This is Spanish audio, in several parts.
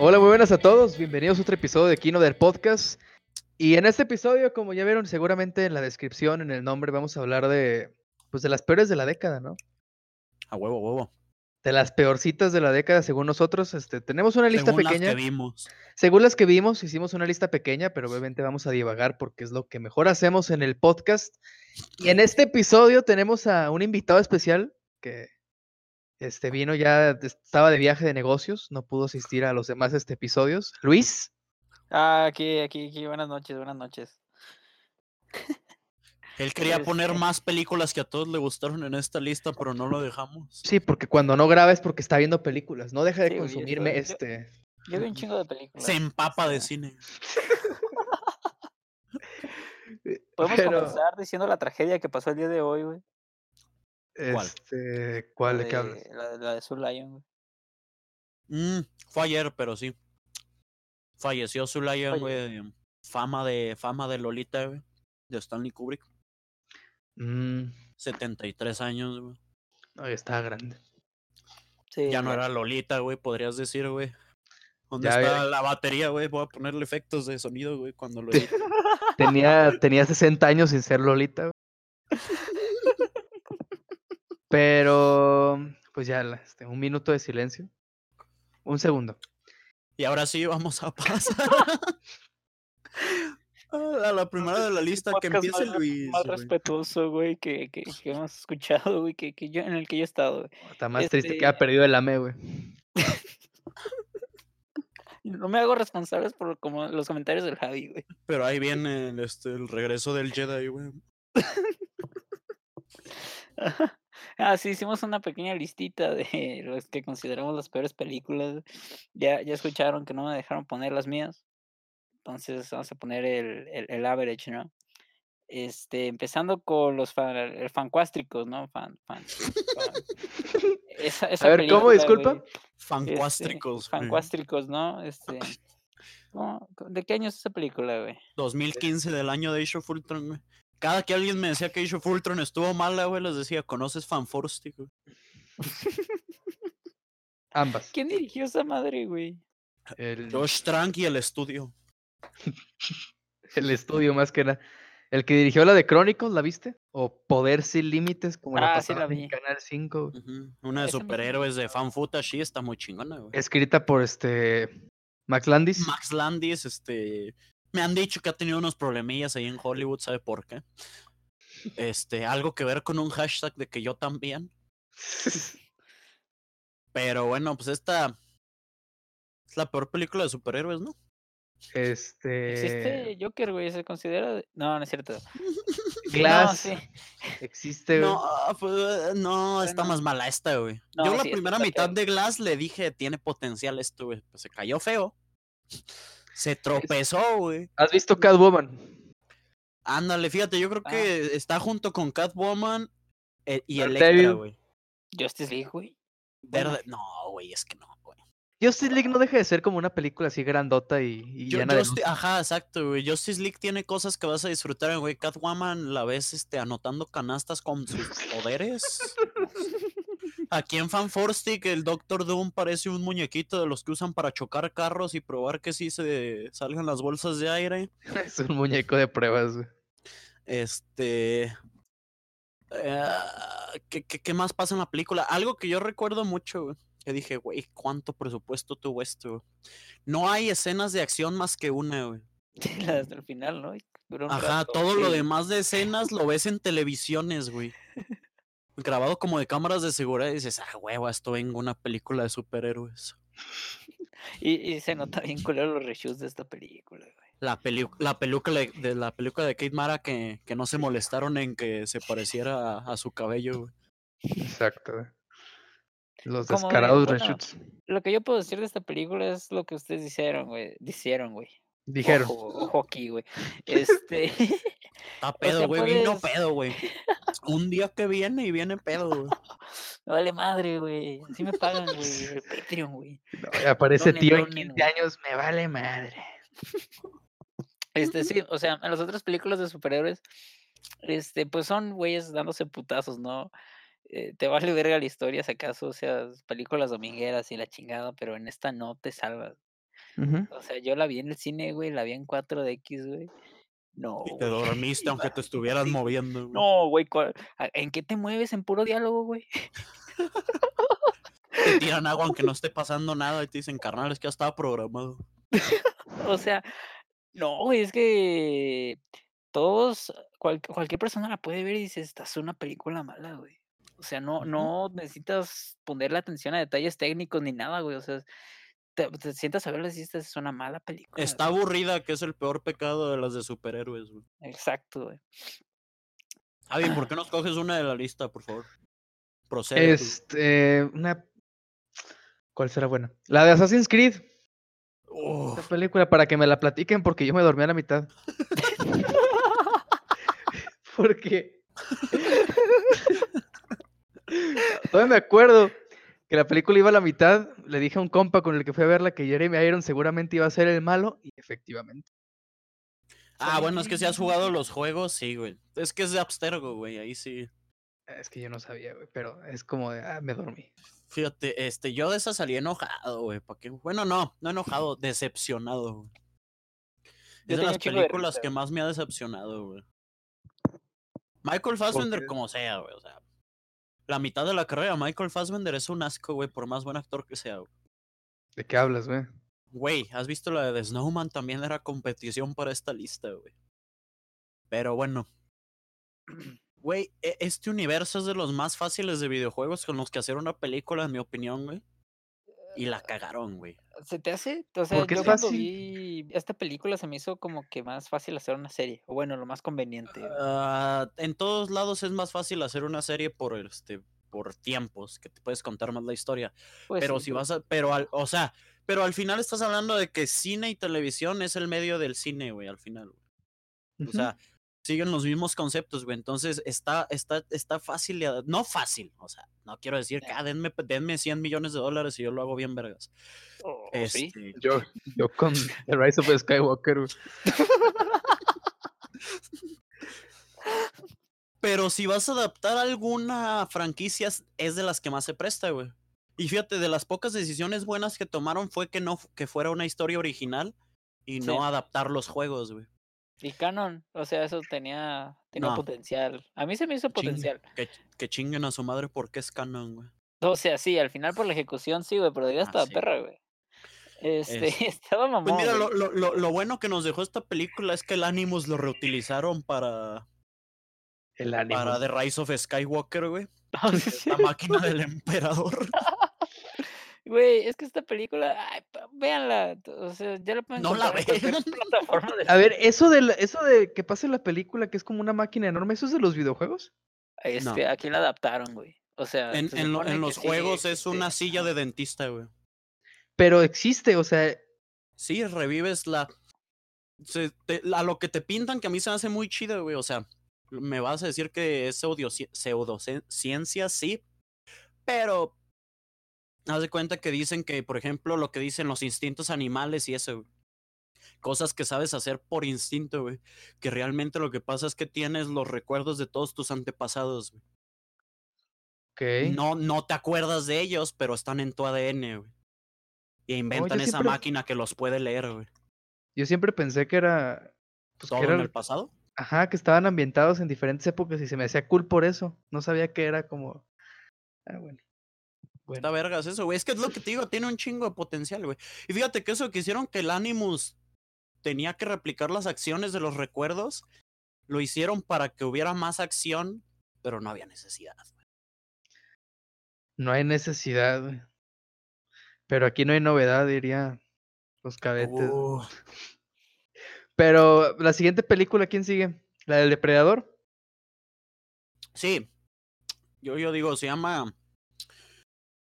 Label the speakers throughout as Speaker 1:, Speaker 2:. Speaker 1: Hola, muy buenas a todos. Bienvenidos a otro episodio de Kino del Podcast. Y en este episodio, como ya vieron seguramente en la descripción, en el nombre, vamos a hablar de, pues, de las peores de la década, ¿no?
Speaker 2: A huevo, a huevo.
Speaker 1: De las peorcitas de la década, según nosotros. Este, tenemos una lista
Speaker 2: Según
Speaker 1: pequeña.
Speaker 2: Las que vimos.
Speaker 1: Según las que vimos, hicimos una lista pequeña, pero obviamente vamos a divagar porque es lo que mejor hacemos en el podcast. Y en este episodio tenemos a un invitado especial que este vino ya estaba de viaje de negocios, no pudo asistir a los demás este episodios. Luis,
Speaker 3: Ah, aquí, aquí, aquí, buenas noches, buenas noches.
Speaker 2: Él quería
Speaker 3: Este.
Speaker 2: poner más películas que a todos le gustaron en esta lista, pero no lo dejamos.
Speaker 1: sí, porque cuando no graba es porque está viendo películas, no deja de
Speaker 3: Sí, güey, eso
Speaker 1: consumirme
Speaker 3: es.
Speaker 1: este.
Speaker 3: Yo vi un chingo de películas.
Speaker 2: Se empapa de cine.
Speaker 3: Podemos
Speaker 1: pero,
Speaker 3: comenzar diciendo la tragedia que pasó el día de hoy, güey.
Speaker 2: ¿Cuál?
Speaker 1: este,
Speaker 3: La
Speaker 1: ¿cuál de qué hablas?
Speaker 3: de- La, de- la de Sue Lion, güey.
Speaker 2: Mm, fue ayer, pero sí. Falleció Zulaya,
Speaker 3: Oye.
Speaker 2: güey. Fama de, fama de Lolita, güey. De Stanley Kubrick.
Speaker 1: Mm,
Speaker 2: 73 años, güey.
Speaker 1: no, ya está grande.
Speaker 3: Sí,
Speaker 2: Ya no era Lolita, güey, podrías decir, güey. ¿Dónde
Speaker 1: Ya,
Speaker 2: está
Speaker 1: ya.
Speaker 2: la batería, güey? Voy a ponerle efectos de sonido, güey, cuando lo edite.
Speaker 1: Tenía, tenía 60 años sin ser Lolita. güey. Pero, pues ya, la- este, un minuto de silencio. Un segundo.
Speaker 2: Y ahora sí vamos a pasar a la primera de la lista que
Speaker 3: podcast
Speaker 2: empiece
Speaker 3: más-
Speaker 2: Luis.
Speaker 3: Más
Speaker 2: güey.
Speaker 3: respetuoso, güey, que, que, que hemos escuchado, güey, que, que yo, en el que yo he estado, güey.
Speaker 1: Está más triste que ha
Speaker 3: Este-
Speaker 1: perdido el AME, güey.
Speaker 3: No me hago responsables por como los comentarios del Javi, güey.
Speaker 2: Pero ahí viene el, este, el regreso del Jedi, güey.
Speaker 3: Este, ah, sí, hicimos una pequeña listita de los que consideramos las peores películas. güey. Ya, ya escucharon que no me dejaron poner las mías. Entonces vamos a poner el, el, el average, ¿no? Este, empezando con los fan, el fancuástricos, ¿no? Fan, fan. fan. Esa, esa
Speaker 1: ver, ¿cómo?
Speaker 3: película,
Speaker 1: Disculpa.
Speaker 3: güey, este,
Speaker 2: Fancuástricos. güey.
Speaker 3: fancuástricos, ¿no? Este, ¿cómo- cómo- ¿De qué año es esa película, güey?
Speaker 2: 2015
Speaker 3: este.
Speaker 2: del año de Age of Ultron, güey. Cada que alguien me decía que Age of Ultron estuvo mala, güey, les decía, ¿conoces Fanforstic, güey?
Speaker 1: Ambas.
Speaker 3: ¿Quién dirigió esa madre, güey? Mm.
Speaker 1: El,
Speaker 2: Josh Trank y el estudio.
Speaker 1: el estudio, más que nada. El que dirigió la de Chronicles, ¿la viste? O Poder Sin Límites, como la
Speaker 3: Ah, sí
Speaker 1: pasaban
Speaker 3: la
Speaker 1: en
Speaker 3: vi.
Speaker 1: Canal 5. güey.
Speaker 2: Ujú, Una de
Speaker 3: Esa me suena.
Speaker 2: superhéroes de fan footage, sí, está muy chingona, güey.
Speaker 1: Escrita por este. Max Landis.
Speaker 2: Max Landis, este. Me han dicho que ha tenido unos problemillas ahí en Hollywood, ¿sabe por qué? Este, algo que ver con un hashtag de que yo también. Pero bueno, pues esta. Es la peor película de superhéroes, ¿no?
Speaker 1: Este. Eh.
Speaker 3: Existe Joker, güey, se considera. de- No, no es cierto. No,
Speaker 1: Glass.
Speaker 3: sí.
Speaker 1: Existe. güey.
Speaker 2: No, ah, pues, no, está
Speaker 3: Bueno.
Speaker 2: más mala esta, güey. Yo
Speaker 3: No,
Speaker 2: la
Speaker 3: sí, esta
Speaker 2: primera
Speaker 3: está
Speaker 2: mitad
Speaker 3: peor.
Speaker 2: de Glass le dije, tiene potencial esto, güey. Pues se cayó feo. Se tropezó, güey.
Speaker 1: ¿Has visto Catwoman?
Speaker 2: Ándale, fíjate, yo creo
Speaker 3: Ah.
Speaker 2: que está junto con Catwoman eh, y Electra,
Speaker 1: Daredevil.
Speaker 2: güey.
Speaker 3: Justice League, güey. Bueno.
Speaker 2: Darede- No, güey, es que no, güey.
Speaker 1: Justice League no deja de ser como una película así grandota y, y
Speaker 2: Yo-
Speaker 1: llena de
Speaker 2: Justi-
Speaker 1: luz.
Speaker 2: Ajá, exacto, güey. Justice League tiene cosas que vas a disfrutar, güey. Catwoman la ves este, anotando canastas con sus poderes. Aquí en Fanforstic el Doctor Doom parece un muñequito de los que usan para chocar carros y probar que sí se salgan las bolsas de aire.
Speaker 1: Es un muñeco de pruebas, güey.
Speaker 2: Este. eh, ¿qué, qué, qué más pasa en la película? Algo que yo recuerdo mucho, güey, Que dije, güey, ¿cuánto presupuesto tuvo esto? güey? No hay escenas de acción más que una, güey.
Speaker 3: La- Hasta el final, ¿no? Y duró un
Speaker 2: Ajá,
Speaker 3: rato,
Speaker 2: todo lo
Speaker 3: sí.
Speaker 2: demás de escenas lo ves en televisiones, güey. Grabado como de cámaras de seguridad y dices, ah, huevo, esto vengo una película de superhéroes.
Speaker 3: Y, y se nota bien culero los reshoots de esta película, güey.
Speaker 2: La, peliu- la, película de, de la película de Kate Mara que, que no se molestaron en que se pareciera a, a su cabello, güey.
Speaker 1: Exacto, güey. Los
Speaker 3: Como de-
Speaker 1: descarados
Speaker 3: bueno,
Speaker 1: reshoots.
Speaker 3: Lo que yo puedo decir de esta película es lo que ustedes dijeron, güey. Dijeron, güey.
Speaker 1: Dijeron.
Speaker 3: Ojo, ojo aquí, güey. Este.
Speaker 2: Está pedo,
Speaker 3: sea,
Speaker 2: güey, vino
Speaker 3: puedes-
Speaker 2: pedo, güey. Un día que viene y viene pedo, güey.
Speaker 3: me vale madre, güey. Así me pagan, güey. El Patreon, güey.
Speaker 1: no, y aparece
Speaker 3: donen,
Speaker 1: tío en
Speaker 3: donen,
Speaker 1: 15
Speaker 3: güey.
Speaker 1: años, me vale madre.
Speaker 3: Este, sí, o sea, en las otras películas de superhéroes, este, pues son güeyes dándose putazos, ¿no? Eh, te vale verga la historia, si acaso, o sea, películas domingueras y la chingada, pero en esta no te salvas.
Speaker 1: Ujú.
Speaker 3: O sea, yo la vi en el cine, güey, la vi en 4DX, güey. No.
Speaker 2: Y te
Speaker 3: güey.
Speaker 2: dormiste aunque te estuvieras
Speaker 3: Sí.
Speaker 2: moviendo. güey.
Speaker 3: No, güey, ¿cuál- a- ¿en qué te mueves? En puro diálogo, güey.
Speaker 2: Te tiran agua aunque no esté pasando nada y te dicen, carnal, es que ya estaba programado.
Speaker 3: O sea, no, güey, es que todos, cual- cualquier persona la puede ver y dices, esta es una película mala, güey. O sea, no,
Speaker 2: Ujú.
Speaker 3: no necesitas ponerle atención a detalles técnicos ni nada, güey. O sea, te, te sientas a verla y dices, es una mala película.
Speaker 2: Está aburrida, que es el peor pecado de las de superhéroes, güey.
Speaker 3: Exacto, güey.
Speaker 2: Javi, ¿por qué nos coges una de la lista, por favor? Procede. tú.
Speaker 1: Este, una... ¿Cuál será buena? La de Assassin's Creed.
Speaker 2: Uf,
Speaker 1: Esta película para que me la platiquen porque yo me dormí a la mitad. porque todavía me acuerdo que la película iba a la mitad. Le dije a un compa con el que fui a verla que Jeremy Iron seguramente iba a ser el malo y efectivamente.
Speaker 2: Ah, bueno, es que si has jugado los juegos, sí, güey. Es que es de Abstergo, güey, ahí sí.
Speaker 1: ah, Es que yo no sabía, güey, pero es como de, ah, me dormí.
Speaker 2: Fíjate, este, yo de esa salí enojado, güey. ¿pa' qué? Bueno, no, no enojado, decepcionado, güey.
Speaker 3: Yo
Speaker 2: Es de
Speaker 3: tenía
Speaker 2: las
Speaker 3: un chingo de
Speaker 2: películas
Speaker 3: risa,
Speaker 2: que más me ha decepcionado, güey. Michael Fassbender,
Speaker 1: qué?
Speaker 2: como sea, güey. O sea, la mitad de la carrera, Michael Fassbender es un asco, güey, por más buen actor que sea, güey.
Speaker 1: ¿De qué hablas, güey?
Speaker 2: Güey, ¿has visto la de The Snowman? También era competición para esta lista, güey. Pero bueno. Güey, e- este universo es de los más fáciles de videojuegos con los que hacer una película, en mi opinión, güey. Y la cagaron, güey.
Speaker 3: ¿Se te hace? O sea,
Speaker 1: qué es
Speaker 3: yo cuando
Speaker 1: fácil?
Speaker 3: vi esta película se me hizo como que más fácil hacer una serie. O bueno, lo más conveniente. güey.
Speaker 2: Ah, en todos lados es más fácil hacer una serie por este por tiempos que te puedes contar más la historia
Speaker 3: Pues
Speaker 2: pero
Speaker 3: sí,
Speaker 2: si
Speaker 3: güey.
Speaker 2: vas a pero al o sea pero al final estás hablando de que cine y televisión es el medio del cine güey al final güey. o
Speaker 1: Ujú.
Speaker 2: sea siguen los mismos conceptos güey entonces está está está fácil de ad- no fácil o sea no quiero decir que
Speaker 3: Ya.
Speaker 2: ah, denme denme 100 millones de dólares y yo lo hago bien vergas
Speaker 3: O- o sí.
Speaker 2: Este,
Speaker 1: yo, yo con The Rise of Skywalker, güey.
Speaker 2: Pero si vas a adaptar alguna franquicia, es- es de las que más se presta, güey. Y fíjate, de las pocas decisiones buenas que tomaron fue que no fu- que fuera una historia original y
Speaker 3: Sí.
Speaker 2: no adaptar los juegos, güey.
Speaker 3: Y Canon, o sea, eso tenía, tenía
Speaker 2: No.
Speaker 3: potencial. A mí se me hizo
Speaker 2: Chingue-
Speaker 3: potencial.
Speaker 2: Que, ch- que chinguen a su madre porque es canon, güey.
Speaker 3: O sea, sí, al final por la ejecución sí, güey, pero diría
Speaker 2: Ah,
Speaker 3: hasta
Speaker 2: sí.
Speaker 3: perra, güey. Este,
Speaker 2: Este,
Speaker 3: estaba mamón.
Speaker 2: Pues mira, lo,
Speaker 3: güey.
Speaker 2: lo- lo- lo bueno que nos dejó esta película es que el Animus lo reutilizaron para,
Speaker 1: El ánimo.
Speaker 2: para The Rise of Skywalker, güey.
Speaker 3: O sea,
Speaker 2: La máquina del emperador.
Speaker 3: Güey, es que esta película, ay, pa- véanla. t- O sea, ya la pueden
Speaker 2: No la
Speaker 3: encontrar en cualquier
Speaker 2: vean.
Speaker 3: plataforma de-
Speaker 1: A ver, eso de, la- eso de que pase la película, que es como una máquina enorme, ¿eso es de los videojuegos?
Speaker 3: Este, aquí la adaptaron, güey. O sea,
Speaker 2: En,
Speaker 3: Ah, se
Speaker 2: en lo-
Speaker 3: supone
Speaker 2: en
Speaker 3: que
Speaker 2: los
Speaker 3: sí este,
Speaker 2: juegos es
Speaker 3: existe,
Speaker 2: una silla
Speaker 3: ajá.
Speaker 2: de dentista, güey.
Speaker 1: Pero existe, o sea,
Speaker 2: Sí, revives la. se- te- a lo que te pintan, que a mí se me hace muy chido, güey. O sea, me vas a decir que es pseudoci- pseudociencia, sí. Pero. Haz de cuenta que dicen que, por ejemplo, lo que dicen los instintos animales y eso, güey. Cosas que sabes hacer por instinto, güey. Que realmente lo que pasa es que tienes los recuerdos de todos tus antepasados, güey.
Speaker 1: ok,
Speaker 2: No, no te acuerdas de ellos, pero están en tu ADN, güey. Y inventan esa
Speaker 1: siempre-
Speaker 2: máquina que los puede leer, güey.
Speaker 1: yo siempre pensé que era, pues, que
Speaker 2: Todo en
Speaker 1: eran-
Speaker 2: el pasado.
Speaker 1: ajá, que estaban ambientados en diferentes épocas y se me hacía cool por eso. No sabía que era como, ah, bueno.
Speaker 2: Está
Speaker 1: Bueno,
Speaker 2: vergas eso, güey. Es que es lo que te digo, tiene un chingo de potencial, güey. Y fíjate que eso que hicieron que el Animus tenía que replicar las acciones de los recuerdos, lo hicieron para que hubiera más acción, pero no había necesidad. güey.
Speaker 1: no hay necesidad, güey. pero aquí no hay novedad, diría los cadetes.
Speaker 2: Uh,
Speaker 1: Pero la siguiente película, ¿quién sigue? ¿La del depredador?
Speaker 2: Sí. Yo, yo digo, se llama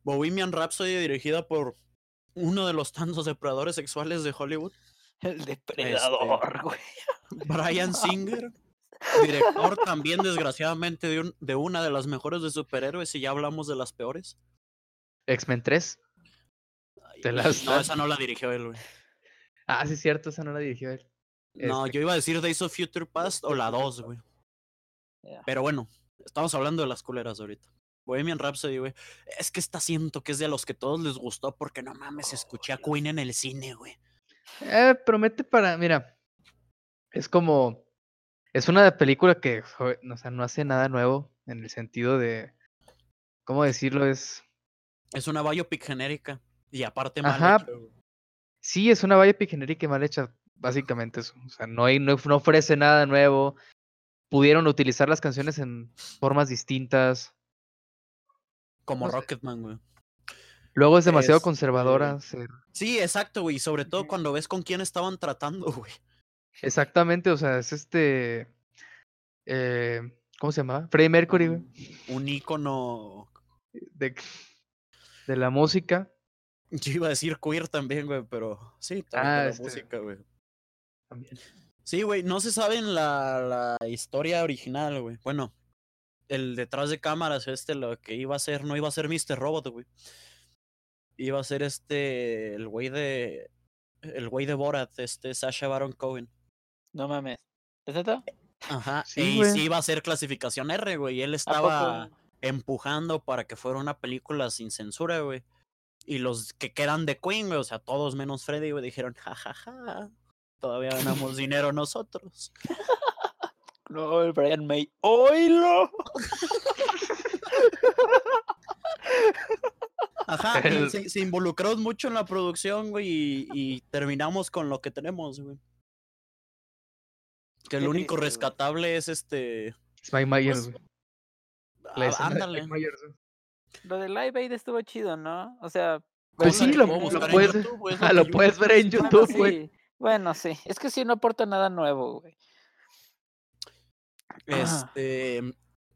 Speaker 2: Bohemian Rhapsody, dirigida por uno de los tantos depredadores sexuales de Hollywood,
Speaker 3: El depredador, güey.
Speaker 2: Brian Singer. Director también, desgraciadamente, de, un- de una de las mejores de superhéroes, y ya hablamos de las peores.
Speaker 1: X-Men 3.
Speaker 2: Ay,
Speaker 1: Te
Speaker 2: y-
Speaker 1: las
Speaker 2: No,
Speaker 1: dan.
Speaker 2: esa no la dirigió él, güey.
Speaker 1: Ah, sí, es cierto, esa no la dirigió él.
Speaker 2: No,
Speaker 1: Este,
Speaker 2: yo iba a decir Days of Future Past o la 2, güey.
Speaker 3: Ya.
Speaker 2: Pero bueno, estamos hablando de las culeras ahorita. Bohemian Rhapsody, güey. Es que esta siento que es de los que todos les gustó porque no mames, escuché a Queen en el cine, güey.
Speaker 1: Eh, promete para. Mira. Es como. Es una película que joder, o sea, no hace nada nuevo en el sentido de. ¿Cómo decirlo? Es.
Speaker 2: Es una biopic genérica. Y aparte
Speaker 1: Ajá.
Speaker 2: mal hecho, güey.
Speaker 1: Sí, es una biopic genérica y mal hecha, básicamente eso. O sea, no, hay, no, no ofrece nada nuevo. Pudieron utilizar las canciones en formas distintas.
Speaker 2: Como
Speaker 1: No sé.
Speaker 2: Rocketman, güey.
Speaker 1: Luego es demasiado
Speaker 2: Este,
Speaker 1: conservadora. se-
Speaker 2: Sí, exacto, güey. y Sobre todo
Speaker 3: Ujú.
Speaker 2: cuando ves con quién estaban tratando, güey.
Speaker 1: Exactamente, o sea, es este. eh, ¿Cómo se llamaba? Freddie Mercury, güey,
Speaker 2: Un ícono.
Speaker 1: de, de la música.
Speaker 2: Yo iba a decir queer también, güey, pero sí, también de
Speaker 1: Ah,
Speaker 2: la
Speaker 1: este.
Speaker 2: música, güey.
Speaker 1: También.
Speaker 2: Sí, güey, no se sabe en la, la historia original, güey. Bueno, el detrás de cámaras, este, lo que iba a ser, no iba a ser Mr. Robot, güey. Iba a ser este, el güey de, el güey de Borat, este, Sasha Baron Cohen.
Speaker 3: No mames. ¿Es neta?
Speaker 2: Ajá,
Speaker 1: Sí,
Speaker 2: y
Speaker 1: güey.
Speaker 2: sí iba a ser clasificación R, güey. y Él
Speaker 3: ¿A
Speaker 2: estaba
Speaker 3: poco?
Speaker 2: empujando para que fuera una película sin censura, güey. Y los que quedan de Queen, güey, o sea, todos menos Freddy, güey, dijeron, jajaja, todavía ganamos dinero nosotros.
Speaker 3: No, el Brian May. ¡Oilo!
Speaker 2: Ajá, y
Speaker 1: El-
Speaker 2: se, se involucraron mucho en la producción, güey, y, y terminamos con lo que tenemos, güey. Que
Speaker 1: E,
Speaker 3: Qué
Speaker 2: lo único
Speaker 3: triste, güey.
Speaker 2: rescatable es este.
Speaker 1: Es Mike Myers,
Speaker 2: Pues,
Speaker 1: güey,
Speaker 2: ah,
Speaker 1: la escena de
Speaker 2: ándale.
Speaker 1: Mike Myers, güey.
Speaker 3: Lo de Live Aid estuvo chido, ¿no? O sea,
Speaker 1: Pues
Speaker 2: Ándale,
Speaker 1: sí, lo,
Speaker 2: puedo
Speaker 1: lo
Speaker 2: buscar en
Speaker 1: puedes,
Speaker 2: YouTube, güey, es
Speaker 1: ajá,
Speaker 2: lo
Speaker 1: lo
Speaker 2: que yo
Speaker 1: puedes ver en
Speaker 3: bueno,
Speaker 1: YouTube, güey.
Speaker 3: sí. Bueno, sí. Es que sí, no aporta nada nuevo, güey. Ah.
Speaker 2: Este.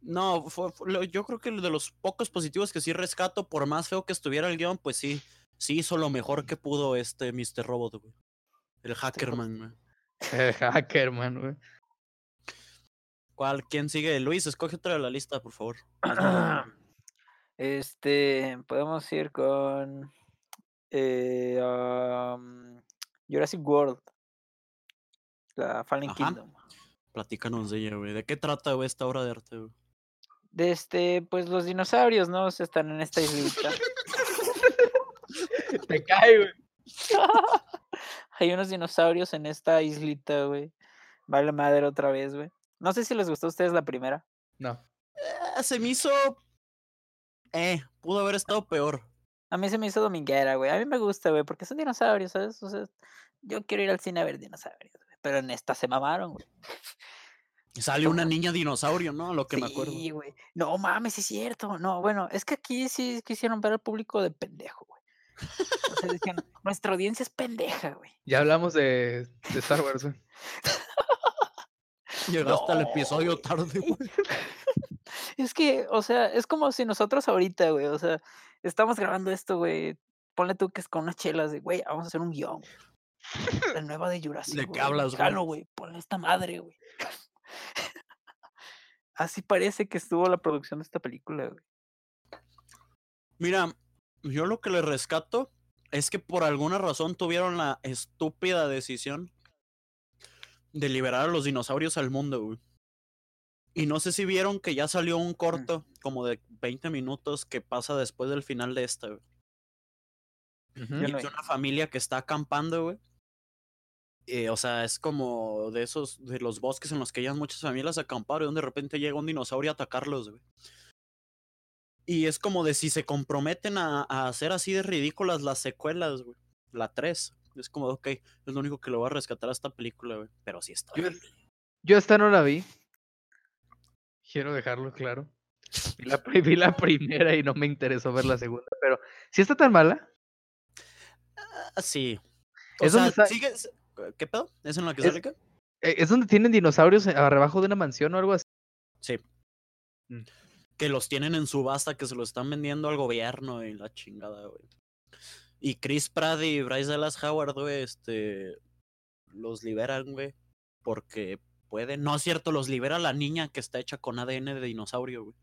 Speaker 2: No, fue- fue lo- yo creo que lo de los pocos positivos que sí rescato, por más feo que estuviera el guión, pues sí, sí hizo lo mejor que pudo este Mr. Robot, güey. El Hackerman, güey.
Speaker 1: El hacker, hermano, güey.
Speaker 2: ¿Cuál? ¿Quién sigue? Luis, escoge otra de la lista, por favor.
Speaker 3: Este, podemos ir con eh, am, Jurassic World, la Fallen
Speaker 2: Ajá.
Speaker 3: Kingdom.
Speaker 2: Platícanos de ella, güey. ¿De qué trata, güey, esta obra de arte, güey?
Speaker 3: De este, pues los dinosaurios, ¿no? O sea, están en esta islita.
Speaker 1: Te cae, güey.
Speaker 3: Hay unos dinosaurios en esta islita, güey. Vale madre otra vez, güey. No sé si les gustó a ustedes la primera.
Speaker 1: No.
Speaker 2: Eh, se me hizo. Eh, pudo haber estado peor.
Speaker 3: A mí se me hizo dominguera, güey. A mí me gusta, güey, porque son dinosaurios, ¿sabes? O sea, yo quiero ir al cine a ver dinosaurios, güey. Pero en esta se mamaron, güey.
Speaker 2: Sale una niña dinosaurio, ¿no? A Lo que me acuerdo.
Speaker 3: Sí, güey. No mames, sí es cierto. No, bueno, es que aquí sí quisieron ver al público de pendejo, güey. O sea, decían, nuestra audiencia es pendeja, güey.
Speaker 1: Ya hablamos de, de Star Wars, güey.
Speaker 2: Llegaste al
Speaker 3: No,
Speaker 2: episodio
Speaker 3: güey.
Speaker 2: tarde, güey.
Speaker 3: Es que, o sea, es como si nosotros ahorita, güey, o sea, estamos grabando esto, güey. Ponle tú que es con unas chelas de, güey, vamos a hacer un guión. güey, La nueva de Jurassic.
Speaker 2: qué
Speaker 3: World,
Speaker 2: hablas, güey?
Speaker 3: jalo, güey? Ponle esta madre, güey. Así parece que estuvo la producción de esta película, güey.
Speaker 2: Mira, yo lo que le rescato es que por alguna razón tuvieron la estúpida decisión de liberar a los dinosaurios al mundo, güey. Y no sé si vieron que ya salió un corto como de 20 minutos que pasa después del final de esta, güey.
Speaker 1: Ujú.
Speaker 3: Yo
Speaker 2: Y
Speaker 3: no
Speaker 2: es de
Speaker 3: vi.
Speaker 2: una familia que está acampando, güey. Eh, o sea, es como de esos, de los bosques en los que llegan muchas familias a acampar, y donde de repente llega un dinosaurio a atacarlos, güey. Y es como de si se comprometen a, a hacer así de ridículas las secuelas, güey. La 3. Es como, ok, es lo único que lo va a rescatar a esta película, güey. Pero sí está.
Speaker 1: Yo-
Speaker 2: horrible.
Speaker 1: Yo esta no la vi. Quiero dejarlo claro. Vi la, pri- vi la primera y no me interesó ver la segunda, pero si está tan mala,
Speaker 2: Ah, sí. O
Speaker 1: Es donde
Speaker 2: sea,
Speaker 1: está-
Speaker 2: sigue- ¿Qué pedo? ¿Es en la que
Speaker 1: Es-
Speaker 2: sale qué?
Speaker 1: eh, es donde tienen dinosaurios eh, abajo de una mansión o algo así.
Speaker 2: Sí.
Speaker 1: Mm.
Speaker 2: Que los tienen en subasta, que se lo están vendiendo al gobierno y la chingada, güey. Y Chris Pratt y Bryce Dallas Howard, güey, este. Los liberan, güey. Porque pueden. No es cierto, los libera la niña que está hecha con ADN de dinosaurio, güey.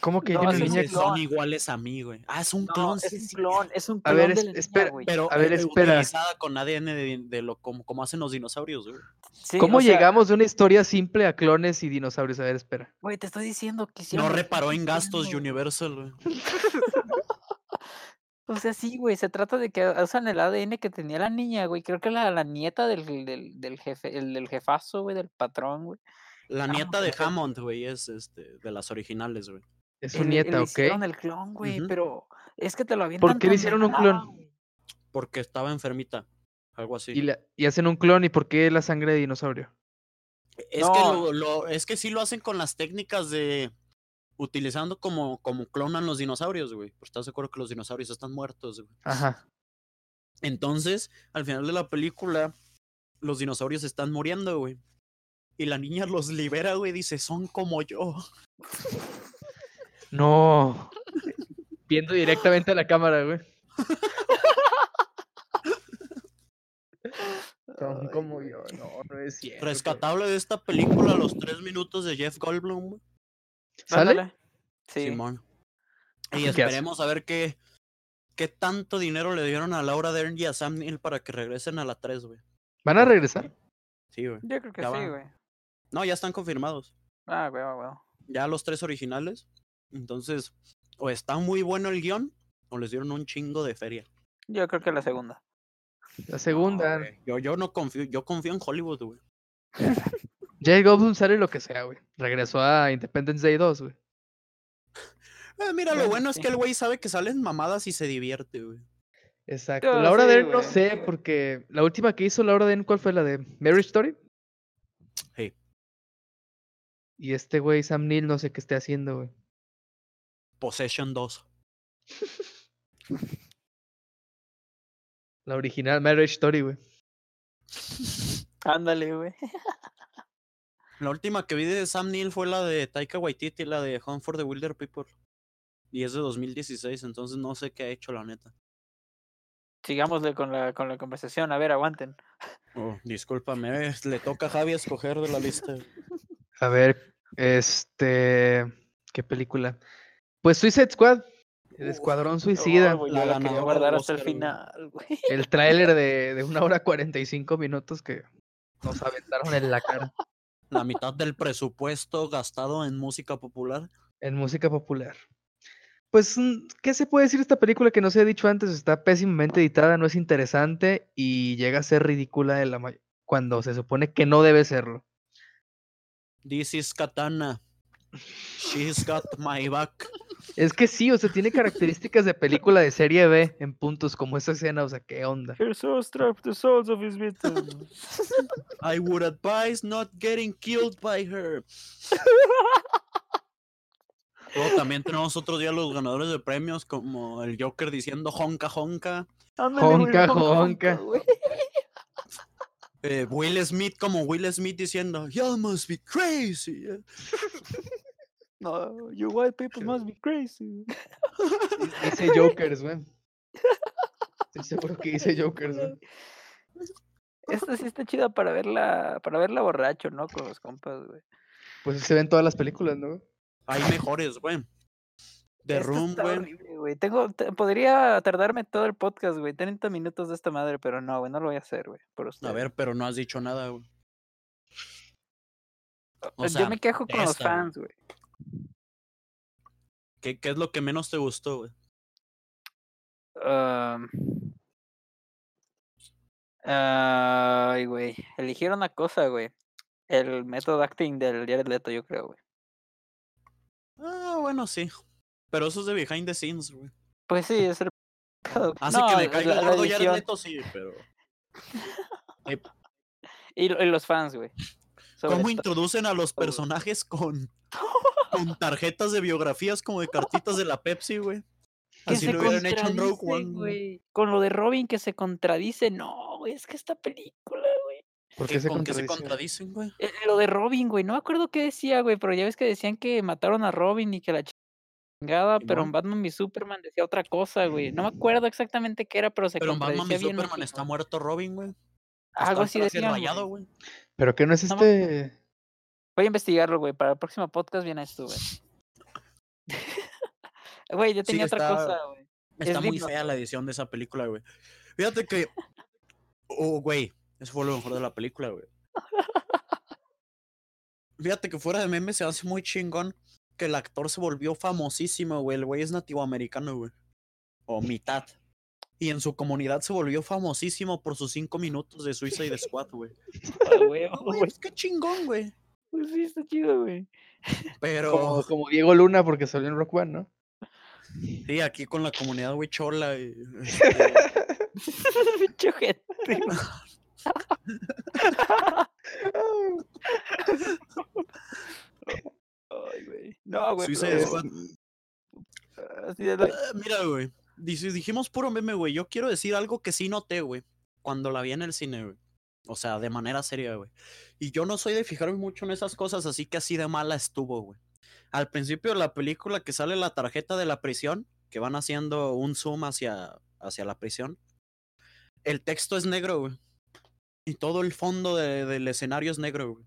Speaker 1: ¿Cómo que
Speaker 3: No,
Speaker 1: tiene
Speaker 3: es un
Speaker 1: niña?
Speaker 2: Dicen,
Speaker 1: que-
Speaker 3: clon.
Speaker 2: son iguales a mí, güey. Ah, es un
Speaker 3: No,
Speaker 2: clon,
Speaker 3: es
Speaker 2: sí,
Speaker 3: un
Speaker 2: sí.
Speaker 3: clon, es un
Speaker 1: A
Speaker 3: clon
Speaker 1: ver,
Speaker 3: de
Speaker 1: es-
Speaker 3: la niña,
Speaker 1: espera,
Speaker 3: güey.
Speaker 2: Pero
Speaker 1: A ver,
Speaker 2: eh,
Speaker 1: espera.
Speaker 2: utilizada con ADN de, de lo como, como hacen los dinosaurios, güey.
Speaker 3: Sí,
Speaker 1: ¿Cómo
Speaker 3: o sea,
Speaker 1: llegamos de una historia simple a clones y dinosaurios? A ver, espera.
Speaker 3: Güey, te estoy diciendo que
Speaker 2: No
Speaker 3: hicieron lo que
Speaker 2: reparó
Speaker 3: estoy
Speaker 2: en gastos
Speaker 3: diciendo, güey.
Speaker 2: Universal, güey.
Speaker 3: O sea, sí, güey, se trata de que usan el ADN que tenía la niña, güey. Creo que la, la nieta del, del, del jefe, el del jefazo, güey, del patrón, güey.
Speaker 2: La nieta de
Speaker 3: pero-
Speaker 2: Hammond, güey, es este, de las originales, güey.
Speaker 1: Es su
Speaker 3: le-
Speaker 1: nieta,
Speaker 3: le
Speaker 1: ¿ok?
Speaker 3: Hicieron el clon, güey,
Speaker 2: Ujú.
Speaker 3: pero es que te lo habían
Speaker 1: qué le hicieron un clon?
Speaker 2: Porque estaba enfermita, algo así.
Speaker 1: Y, la- y hacen un clon, ¿y por qué la sangre de dinosaurio?
Speaker 2: Es, que
Speaker 3: No.
Speaker 2: lo, lo- es que sí lo hacen con las técnicas de utilizando como, como clonan los dinosaurios, güey. Pues estás de acuerdo que los dinosaurios están muertos, güey.
Speaker 1: Ajá.
Speaker 2: Entonces, al final de la película, los dinosaurios están muriendo, güey. Y la niña los libera, güey, dice, son como yo.
Speaker 1: No. Viendo directamente a la cámara, güey. Son como yo, no, no es cierto.
Speaker 2: Rescatable de esta película, los tres minutos de Jeff Goldblum, güey.
Speaker 1: ¿Sale?
Speaker 3: Sí.
Speaker 2: Simón. Y
Speaker 1: ¿Qué hace?
Speaker 2: esperemos a ver qué, qué tanto dinero le dieron a Laura Dern y a Sam Neill para que regresen a la 3, güey.
Speaker 1: ¿Van a regresar?
Speaker 2: Sí, güey.
Speaker 3: Yo creo que
Speaker 2: Ya
Speaker 3: sí,
Speaker 2: va.
Speaker 3: güey.
Speaker 2: No, ya están confirmados.
Speaker 3: Ah, güey, güey.
Speaker 2: Ya los tres originales. Entonces, o está muy bueno el guión, o les dieron un chingo de feria.
Speaker 3: Yo creo que la segunda.
Speaker 1: La segunda.
Speaker 2: güey, Yo, yo no confío, yo confío en Hollywood, güey.
Speaker 1: Jay Goldblum sale lo que sea, güey. Regresó a Independence Day 2, güey.
Speaker 2: Eh, mira, lo
Speaker 3: Bueno,
Speaker 2: bueno es
Speaker 3: sí.
Speaker 2: que el güey sabe que salen mamadas y se divierte, güey.
Speaker 1: Exacto.
Speaker 3: Ah,
Speaker 1: la hora
Speaker 3: sí,
Speaker 1: de él no
Speaker 3: güey.
Speaker 1: sé, porque la última que hizo la hora de él, ¿cuál fue la de Marriage Story?
Speaker 2: Sí.
Speaker 1: Y este güey, Sam Neill, no sé qué esté haciendo, güey.
Speaker 2: Possession 2.
Speaker 1: La original Marriage Story, güey.
Speaker 3: Ándale, güey.
Speaker 2: La última que vi de Sam Neill fue la de Taika Waititi, la de Hunt for the Wilder People. Y es de 2016, entonces no sé qué ha hecho, la neta.
Speaker 3: Sigámosle con la, con la conversación. A ver, aguanten.
Speaker 2: Oh, discúlpame, eh, le toca a Javi escoger de la lista.
Speaker 1: A ver, este. ¿Qué película? Pues Suicide Squad. El
Speaker 2: Uf,
Speaker 1: Escuadrón
Speaker 3: Ay,
Speaker 1: Suicida.
Speaker 3: Oh, güey,
Speaker 2: la
Speaker 3: yo la quería
Speaker 2: ganadora del
Speaker 3: guardar hasta el
Speaker 2: Oscar, güey.
Speaker 3: final, güey.
Speaker 1: El tráiler de, de una hora 45 minutos que nos aventaron en la cara.
Speaker 2: La mitad del presupuesto gastado en música popular.
Speaker 1: En música popular. Pues, mm, ¿qué se puede decir de esta película que no se ha dicho antes? Está pésimamente editada, no es interesante y llega a ser ridícula de la may- cuando se supone que no debe serlo.
Speaker 2: This is Katana. She's got my back.
Speaker 1: Es que sí, o sea, tiene características de película de serie B en puntos como esa escena, o sea, ¿qué onda?
Speaker 3: Her soul strapped the souls of his victims.
Speaker 2: I would advise not getting killed by her. Luego también tenemos otro día los ganadores de premios, como el Joker diciendo honka honka.
Speaker 3: Ándale, güey,
Speaker 1: Jonca,
Speaker 3: jonca,
Speaker 1: jonca.
Speaker 3: güey.
Speaker 2: eh, Will Smith como Will Smith diciendo, You must be crazy.
Speaker 3: No, you white people
Speaker 1: Sí.
Speaker 3: must be crazy.
Speaker 1: Dice Jokers, güey. Estoy seguro que dice Jokers, güey.
Speaker 3: Esta sí está chida para verla, para verla borracho, ¿no? Con los compas, güey.
Speaker 1: Pues se ven todas las películas, ¿no?
Speaker 2: Hay mejores, güey. The
Speaker 3: Esta
Speaker 2: Room,
Speaker 3: está
Speaker 2: güey.
Speaker 3: horrible, güey. Tengo, te- podría tardarme todo el podcast, güey. 30 minutos de esta madre, pero no, güey, no lo voy a hacer, güey. Por
Speaker 2: A
Speaker 3: ustedes.
Speaker 2: ver, pero no has dicho nada, güey. O
Speaker 3: Yo
Speaker 2: sea,
Speaker 3: me quejo con los
Speaker 2: esta, güey.
Speaker 3: fans, güey.
Speaker 2: ¿qué, qué es lo que menos te gustó, güey?
Speaker 3: Um, Ay, güey. Eligieron una cosa, güey. El método acting del Jared Leto, yo creo, güey.
Speaker 2: Ah, bueno, sí. Pero eso es de behind the scenes, güey.
Speaker 3: Pues sí, es el pedo, güey.
Speaker 2: Así Ah, que
Speaker 3: No,
Speaker 2: me caiga
Speaker 3: la-
Speaker 2: el
Speaker 3: la
Speaker 2: gordo Jared
Speaker 3: edición.
Speaker 2: Leto, sí, pero... Eh,
Speaker 3: Y, lo- y los fans, güey. Sobre
Speaker 2: ¿Cómo
Speaker 3: todo.
Speaker 2: introducen a los
Speaker 3: güey.
Speaker 2: personajes con, con tarjetas de biografías como de cartitas de la Pepsi, güey?
Speaker 3: que
Speaker 2: Así
Speaker 3: se
Speaker 2: lo hubieran hecho en Rogue
Speaker 3: contradice,
Speaker 2: One. güey.
Speaker 3: güey. Con lo de Robin que se contradice, no, güey, es que esta película, güey.
Speaker 1: Porque
Speaker 2: ¿Qué-
Speaker 1: se
Speaker 2: ¿Con qué se
Speaker 1: contradice?
Speaker 2: contradicen, güey?
Speaker 3: Eh, Lo de Robin, güey, no me acuerdo qué decía, güey, pero ya ves que decían que mataron a Robin y que la chingada, pero en
Speaker 2: Simón. Mm.
Speaker 3: Batman y Superman decía otra cosa, güey. No me acuerdo exactamente qué era, pero se
Speaker 2: Pero en
Speaker 3: contradicía
Speaker 2: Batman y
Speaker 3: bien.
Speaker 2: Superman está
Speaker 3: machín, güey.
Speaker 2: muerto Robin, güey. Está
Speaker 3: Algo así
Speaker 2: el traje
Speaker 3: decían, güey.
Speaker 2: rayado, güey.
Speaker 1: Pero que no es
Speaker 3: No me-
Speaker 1: este.
Speaker 3: Voy a investigarlo, güey, para el próximo podcast viene esto, güey. Güey, yo
Speaker 2: Sí,
Speaker 3: tenía otra
Speaker 2: está-
Speaker 3: cosa, güey.
Speaker 2: Está muy
Speaker 3: Slipknot,
Speaker 2: fea la edición de esa película, güey. Fíjate que. Oh, güey. Eso fue lo mejor de la película, güey. Fíjate que fuera de meme se hace muy chingón que el actor se volvió famosísimo, güey. El güey es nativo americano, güey. o mitad. Y en su comunidad se volvió famosísimo por sus cinco minutos de Suicide Squad, güey.
Speaker 3: Ah, güey,
Speaker 2: Ah, güey, Qué chingón, güey.
Speaker 3: Pues sí, está chido, güey.
Speaker 1: Como,
Speaker 2: Pero
Speaker 1: como Diego Luna, porque salió en Rock One, ¿no?
Speaker 2: sí, aquí con la comunidad, güey, chola. y, este,
Speaker 3: Pinche ojete, güey. Ay, güey. No, güey.
Speaker 2: Suicide
Speaker 3: pero-
Speaker 2: Squad.
Speaker 3: Así de la-
Speaker 2: Eh, Mira, güey. dice- dijimos puro meme, güey. Yo quiero decir algo que sí noté, güey. Cuando la vi en el cine, güey. O sea, de manera seria, güey. Y yo no soy de fijarme mucho en esas cosas, así que así de mala estuvo, güey. Al principio de la película que sale la tarjeta de la prisión, que van haciendo un zoom hacia, hacia la prisión, el texto es negro, güey. Y todo el fondo de- del escenario es negro, güey.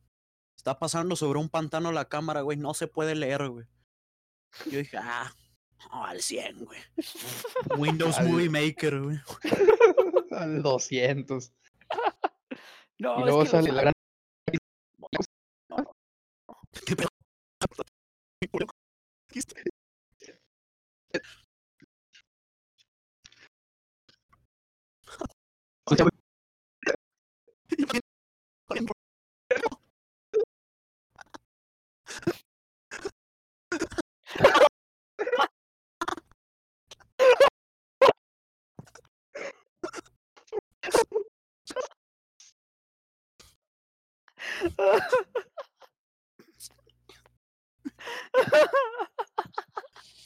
Speaker 2: Está pasando sobre un pantano la cámara, güey. No se puede leer, güey. Yo dije, ah, no, al 100, güey. Windows
Speaker 1: Al-
Speaker 2: Movie Maker, güey.
Speaker 1: Al 200.
Speaker 3: No,
Speaker 1: y
Speaker 3: es
Speaker 1: luego
Speaker 3: que los-
Speaker 1: sale la gran...
Speaker 2: ¿Qué pedo?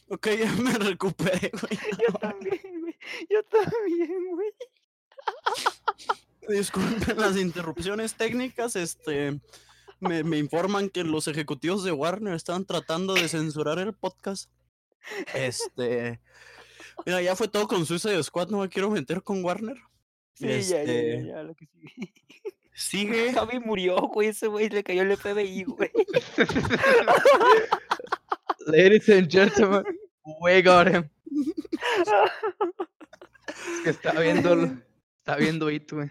Speaker 2: Ok, ya me recuperé, güey.
Speaker 3: Yo también, güey. Yo también, güey.
Speaker 2: Disculpen las interrupciones técnicas. Este, me, me informan que los ejecutivos de Warner están tratando de censurar el podcast. Este, mira, ya fue todo con Suicide Squad. No me quiero meter con Warner.
Speaker 3: Sí, ya, ya, ya,
Speaker 2: Este,
Speaker 3: ya, lo que sigue.
Speaker 2: Sigue
Speaker 3: Javi murió, güey. Ese güey le cayó el FBI, güey.
Speaker 1: Ladies and gentlemen, we got him. Es que está viendo... Está viendo It, güey.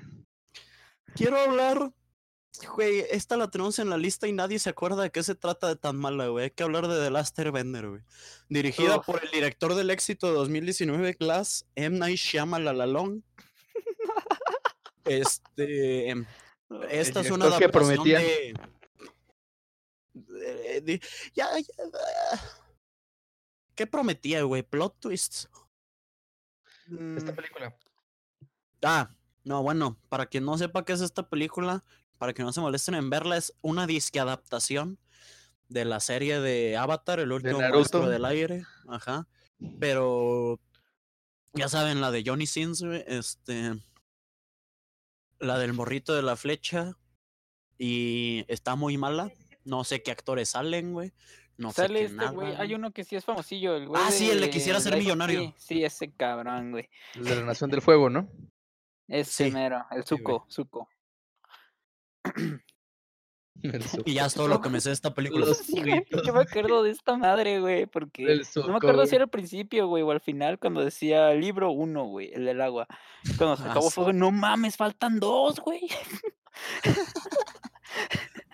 Speaker 2: Quiero hablar. Güey, esta la tenemos en la lista y nadie se acuerda de qué se trata de tan mala, güey. Hay que hablar de The Last Airbender, güey. Dirigida
Speaker 3: Uf.
Speaker 2: por el director del éxito de 2019, Glass, M. Night Shyamalan. este.
Speaker 3: No,
Speaker 2: Esta es
Speaker 1: director
Speaker 2: una
Speaker 1: que
Speaker 2: adaptación
Speaker 1: prometía.
Speaker 2: de... de- de- Ya, ya, ah. ¿Qué prometía, güey? ¿Plot twists?
Speaker 1: Esta
Speaker 2: Mm.
Speaker 1: película.
Speaker 2: Ah, no, bueno, para quien no sepa qué es esta película, para que no se molesten en verla, es una disque adaptación de la serie de Avatar, el último maestro
Speaker 1: Naruto.
Speaker 2: del aire, ajá. Pero ya saben, la de Johnny Sins, güey, este. La del morrito de la flecha. Y está muy mala. No sé qué actores salen, güey. No sé
Speaker 3: Sale
Speaker 2: qué
Speaker 3: este
Speaker 2: nada,
Speaker 3: güey, hay
Speaker 2: güey.
Speaker 3: uno que sí es famosillo, el güey.
Speaker 2: Ah, sí, el de quisiera
Speaker 3: de
Speaker 2: ser
Speaker 3: Life of
Speaker 2: millonario.
Speaker 3: Pi. Sí, ese cabrón, güey.
Speaker 1: El de la Nación del Fuego, ¿no?
Speaker 3: Ese
Speaker 2: Sí,
Speaker 3: mero, el
Speaker 2: sí, güey.
Speaker 3: Zuko, Zuko.
Speaker 1: El su-
Speaker 2: Y ya es todo lo que me sé de esta película.
Speaker 1: Los
Speaker 3: Sí, güey,
Speaker 1: suitos.
Speaker 3: Yo me acuerdo de esta madre, güey, porque
Speaker 1: El
Speaker 3: no
Speaker 1: Zuko,
Speaker 3: me acuerdo
Speaker 1: güey.
Speaker 3: si era al principio, güey, o al final cuando decía libro uno, güey, el del agua. Cuando se
Speaker 2: Ah,
Speaker 3: acabó
Speaker 2: sí.
Speaker 3: fuego, no mames, faltan dos, güey.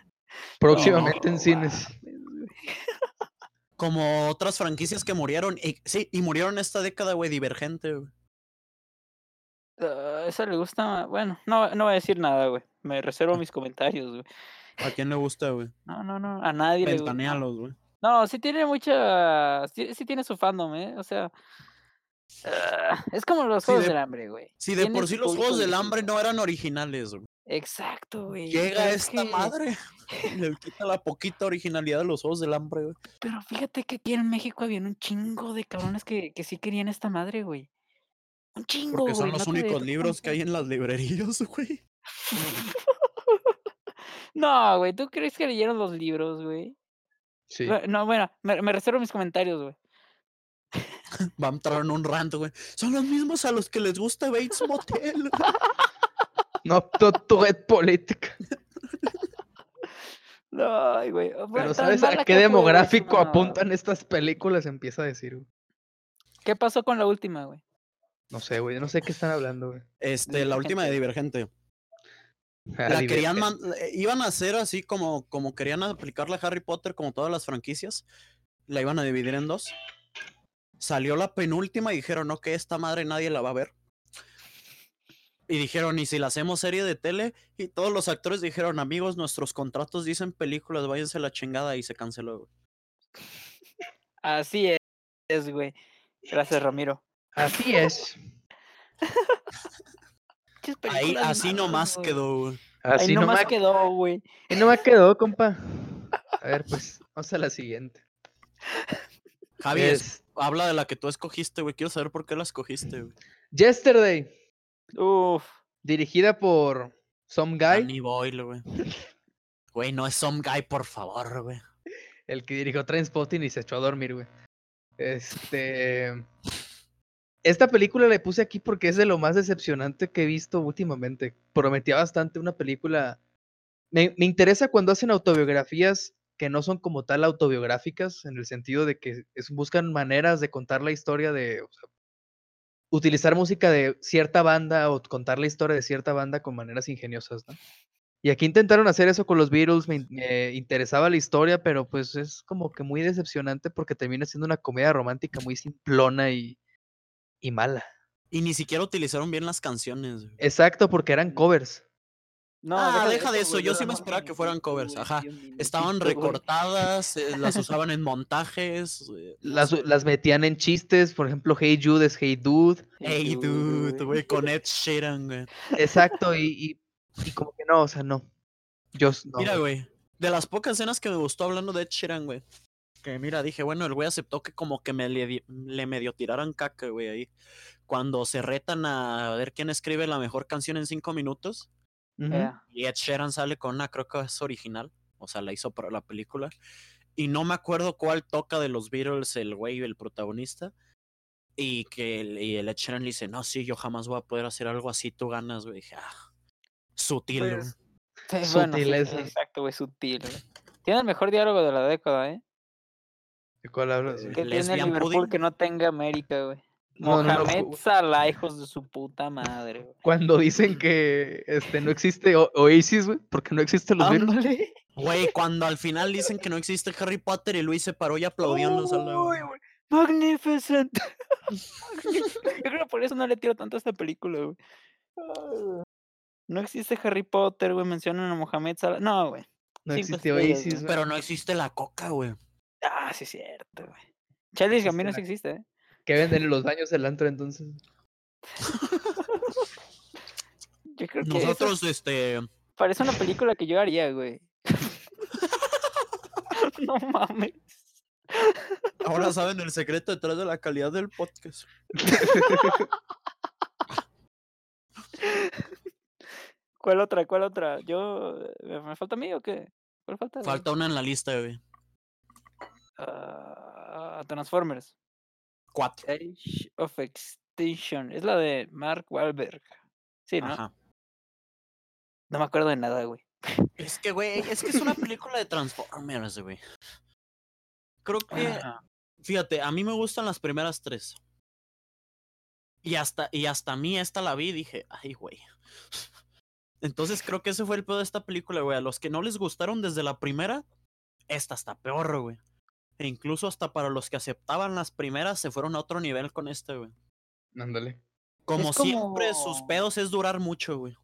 Speaker 1: Próximamente
Speaker 3: No,
Speaker 1: en cines.
Speaker 3: mames, güey.
Speaker 2: Como otras franquicias que murieron. Y, sí, y murieron esta década, güey, divergente, güey.
Speaker 3: Ah, esa le gusta, bueno, no, no voy a decir nada, güey. Me reservo mis comentarios, güey.
Speaker 2: ¿A quién le gusta, güey?
Speaker 3: No, no, no, a nadie le gusta.
Speaker 2: Ventanealos, güey.
Speaker 3: No, sí tiene mucha. Sí, sí tiene su fandom, ¿eh? O sea. ah, es como los
Speaker 2: Sí,
Speaker 3: Juegos
Speaker 2: de-
Speaker 3: del Hambre, güey.
Speaker 2: Si de
Speaker 3: Tiene
Speaker 2: por
Speaker 3: su
Speaker 2: sí los
Speaker 3: público
Speaker 2: Juegos del Hambre
Speaker 3: distinto.
Speaker 2: no eran originales, güey.
Speaker 3: Exacto, güey.
Speaker 2: Llega
Speaker 3: pero es
Speaker 2: esta
Speaker 3: que-
Speaker 2: madre. y Le quita la poquita originalidad de los Juegos del Hambre, güey.
Speaker 3: Pero fíjate que aquí en México había un chingo de cabrones que, que sí querían esta madre, güey. Un chingo,
Speaker 2: Porque son
Speaker 3: güey, no
Speaker 2: los
Speaker 3: te- no
Speaker 2: únicos
Speaker 3: te
Speaker 2: libros que hay
Speaker 3: conté.
Speaker 2: en las librerías, güey.
Speaker 3: No, güey, ¿tú crees que leyeron los libros, güey?
Speaker 1: Sí.
Speaker 3: Bu- No, bueno, me, me reservo mis comentarios, güey.
Speaker 2: Va a entrar en un rant, güey. Son los mismos a los que les gusta Bates Motel. güey.
Speaker 1: No, to- Tourette política.
Speaker 3: No, ay, güey. ah, bueno,
Speaker 1: Pero
Speaker 3: tan
Speaker 1: ¿sabes a
Speaker 3: mala
Speaker 1: qué
Speaker 3: que fue, güey,
Speaker 1: demográfico
Speaker 3: no.
Speaker 1: apuntan estas películas? Empieza a decir, güey.
Speaker 3: ¿Qué pasó con la última, güey?
Speaker 1: No sé, güey. No sé qué están hablando, güey.
Speaker 2: Este, la última de Divergente.
Speaker 1: Ah,
Speaker 2: La
Speaker 1: diver-
Speaker 2: querían man- eh, iban a hacer así como, como querían aplicar la Harry Potter, como todas las franquicias. La iban a dividir en dos. Salió la penúltima y dijeron, no, que esta madre nadie la va a ver. Y dijeron, ¿y si la hacemos serie de tele? Y todos los actores dijeron, amigos, nuestros contratos dicen películas, váyanse a la chingada y se canceló. güey.
Speaker 3: Así es, güey. Gracias, Ramiro.
Speaker 1: Así es.
Speaker 3: Muchas
Speaker 2: Ahí,
Speaker 3: películas
Speaker 2: así
Speaker 3: malas,
Speaker 2: nomás
Speaker 3: güey.
Speaker 2: quedó. güey.
Speaker 3: Ahí
Speaker 1: Así no
Speaker 3: nomás
Speaker 1: me
Speaker 3: quedó, güey.
Speaker 1: quedó, compa. A ver, pues, vamos a la siguiente.
Speaker 2: Javi, es-
Speaker 1: Es
Speaker 2: habla de la que tú escogiste, güey. Quiero saber por qué la escogiste, güey.
Speaker 1: Yesterday,
Speaker 3: Uf.
Speaker 1: dirigida por Some Guy,
Speaker 2: Danny Boyle, güey. Güey, no es Some Guy, por favor, güey.
Speaker 1: el que dirigió Trainspotting y se echó a dormir, güey. Este. Esta película la puse aquí porque es de lo más decepcionante que he visto últimamente. Prometía bastante una película. Me, me interesa cuando hacen autobiografías que no son como tal autobiográficas, en el sentido de que es- buscan maneras de contar la historia de. o sea, utilizar música de cierta banda o contar la historia de cierta banda con maneras ingeniosas, ¿no? Y aquí intentaron hacer eso con los Beatles, me, in- me interesaba la historia, pero pues es como que muy decepcionante porque termina siendo una comedia romántica muy simplona y, y mala.
Speaker 2: Y ni siquiera utilizaron bien las canciones, güey.
Speaker 1: Exacto, porque eran covers.
Speaker 3: No,
Speaker 2: Ah,
Speaker 3: deja de
Speaker 2: deja de eso,
Speaker 3: güey,
Speaker 2: yo
Speaker 3: dura
Speaker 2: sí me
Speaker 3: más
Speaker 2: esperaba
Speaker 3: un
Speaker 2: que fueran
Speaker 3: minutito,
Speaker 2: covers,
Speaker 3: güey,
Speaker 2: ajá.
Speaker 3: sí, un
Speaker 2: Estaban
Speaker 3: minutito, güey.
Speaker 2: recortadas, eh, las usaban en montajes. eh, no
Speaker 1: Las,
Speaker 2: sé.
Speaker 1: las metían en chistes, por ejemplo, Hey Jude es Hey Dude.
Speaker 2: Hey, dude, güey, con Ed Sheeran, güey.
Speaker 1: Exacto, y, y, y como que no, o sea, no. Yo s- no.
Speaker 2: Mira,
Speaker 1: güey.
Speaker 2: güey, de las pocas escenas que me gustó hablando de Ed Sheeran, güey. Que mira, dije, bueno, el güey aceptó que como que me le, di- le medio tiraran caca, güey, ahí. Cuando se retan a ver quién escribe la mejor canción en cinco minutos.
Speaker 1: Ujú.
Speaker 3: Ea.
Speaker 2: Y Ed Sheeran sale con una, creo que es original. O sea, la hizo para la película. Y no me acuerdo cuál toca de los Beatles el güey, el protagonista. Y que el, y el Ed Sheeran le dice, no, sí, yo jamás voy a poder hacer algo así, tú ganas, güey. Dije, ah, sutil, güey.
Speaker 3: Pues, sí, bueno, sí,
Speaker 1: Sutileza.
Speaker 3: exacto, güey, sutil, güey. Tiene el mejor diálogo de la década, ¿eh?
Speaker 1: ¿De cuál hablas, güey?
Speaker 3: Que tiene
Speaker 2: Lesbian
Speaker 3: el Liverpool
Speaker 2: pudding.
Speaker 3: que no tenga América, güey.
Speaker 1: No, no, no,
Speaker 3: Mohamed
Speaker 1: güey.
Speaker 3: Salah, hijos de su puta madre, güey.
Speaker 1: Cuando dicen que este, no existe O- Oasis, güey, porque no existen los
Speaker 3: Ah,
Speaker 1: Beatles.
Speaker 3: Ándale.
Speaker 2: Güey, cuando al final dicen que no existe Harry Potter y Luis se paró y aplaudió en la sala, güey.
Speaker 3: Uy, güey, Magnificent. Yo creo que por eso no le tiro tanto a esta película, güey. No existe Harry Potter, güey. Mencionan a Mohamed Salah. No, güey.
Speaker 1: No
Speaker 3: cinco
Speaker 1: existe
Speaker 3: estrellas,
Speaker 1: Oasis, güey.
Speaker 2: Pero no existe la coca, güey.
Speaker 3: Ah, sí es cierto, güey. Charlie
Speaker 1: Existe
Speaker 3: Gambino
Speaker 1: la-
Speaker 3: sí existe, ¿eh?
Speaker 1: ¿Qué venden en los baños del antro entonces?
Speaker 3: Yo creo que eso
Speaker 2: Nosotros, este,
Speaker 3: parece una película que yo haría, güey. no mames.
Speaker 2: ahora saben el secreto detrás de la calidad del podcast.
Speaker 3: ¿Cuál otra? ¿Cuál otra? Yo eh, me falta a mí o qué? ¿Cuál falta? güey?
Speaker 2: Falta una en la lista, güey.
Speaker 3: Ah, Transformers.
Speaker 2: Cuatro.
Speaker 3: Age of Extinction. Es la de Mark Wahlberg. Sí, ¿no?
Speaker 2: Ajá.
Speaker 3: No me acuerdo de nada, güey.
Speaker 2: Es que, güey, es que es una película de Transformers, güey. Creo que,
Speaker 3: Ajá.
Speaker 2: fíjate, a mí me gustan las primeras tres. Y hasta, y hasta a mí esta la vi y dije, ay, güey. Entonces creo que ese fue el peor de esta película, güey. A los que no les gustaron desde la primera, esta está peor, güey. E incluso hasta para los que aceptaban las primeras se fueron a otro nivel con este, güey.
Speaker 1: Ándale.
Speaker 2: Como, siempre, sus
Speaker 3: como-
Speaker 2: pedos es durar mucho, güey.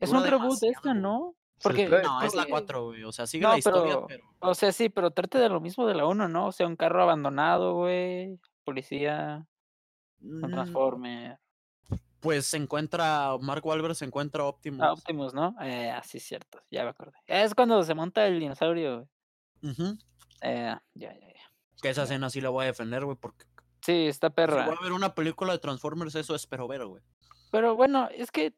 Speaker 3: Es
Speaker 2: dura
Speaker 3: un reboot de esta,
Speaker 2: demasiado,
Speaker 3: ¿no?
Speaker 1: Se le
Speaker 3: Porque,
Speaker 1: puede-
Speaker 2: No, es la
Speaker 3: porque-
Speaker 2: cuatro, güey. O sea, sigue
Speaker 3: No,
Speaker 2: la historia,
Speaker 3: pero-
Speaker 2: pero...
Speaker 3: O sea, sí, pero trata de lo mismo de la 1, ¿no? O sea, un carro abandonado, güey. Policía, un
Speaker 2: mm,
Speaker 3: transforme.
Speaker 2: Pues se encuentra, Mark Wahlberg se encuentra Optimus.
Speaker 3: Ah, Optimus, ¿no? Eh, ah, sí, cierto. Ya me acordé. Es cuando se monta el dinosaurio, güey.
Speaker 2: Ujú,
Speaker 3: Eh, ya, ya, ya.
Speaker 2: Que esa escena sí la voy a defender, güey, porque
Speaker 3: Sí, está
Speaker 2: si
Speaker 3: perra.
Speaker 2: voy a ver una película de Transformers, eso espero ver, güey.
Speaker 3: Pero bueno, es que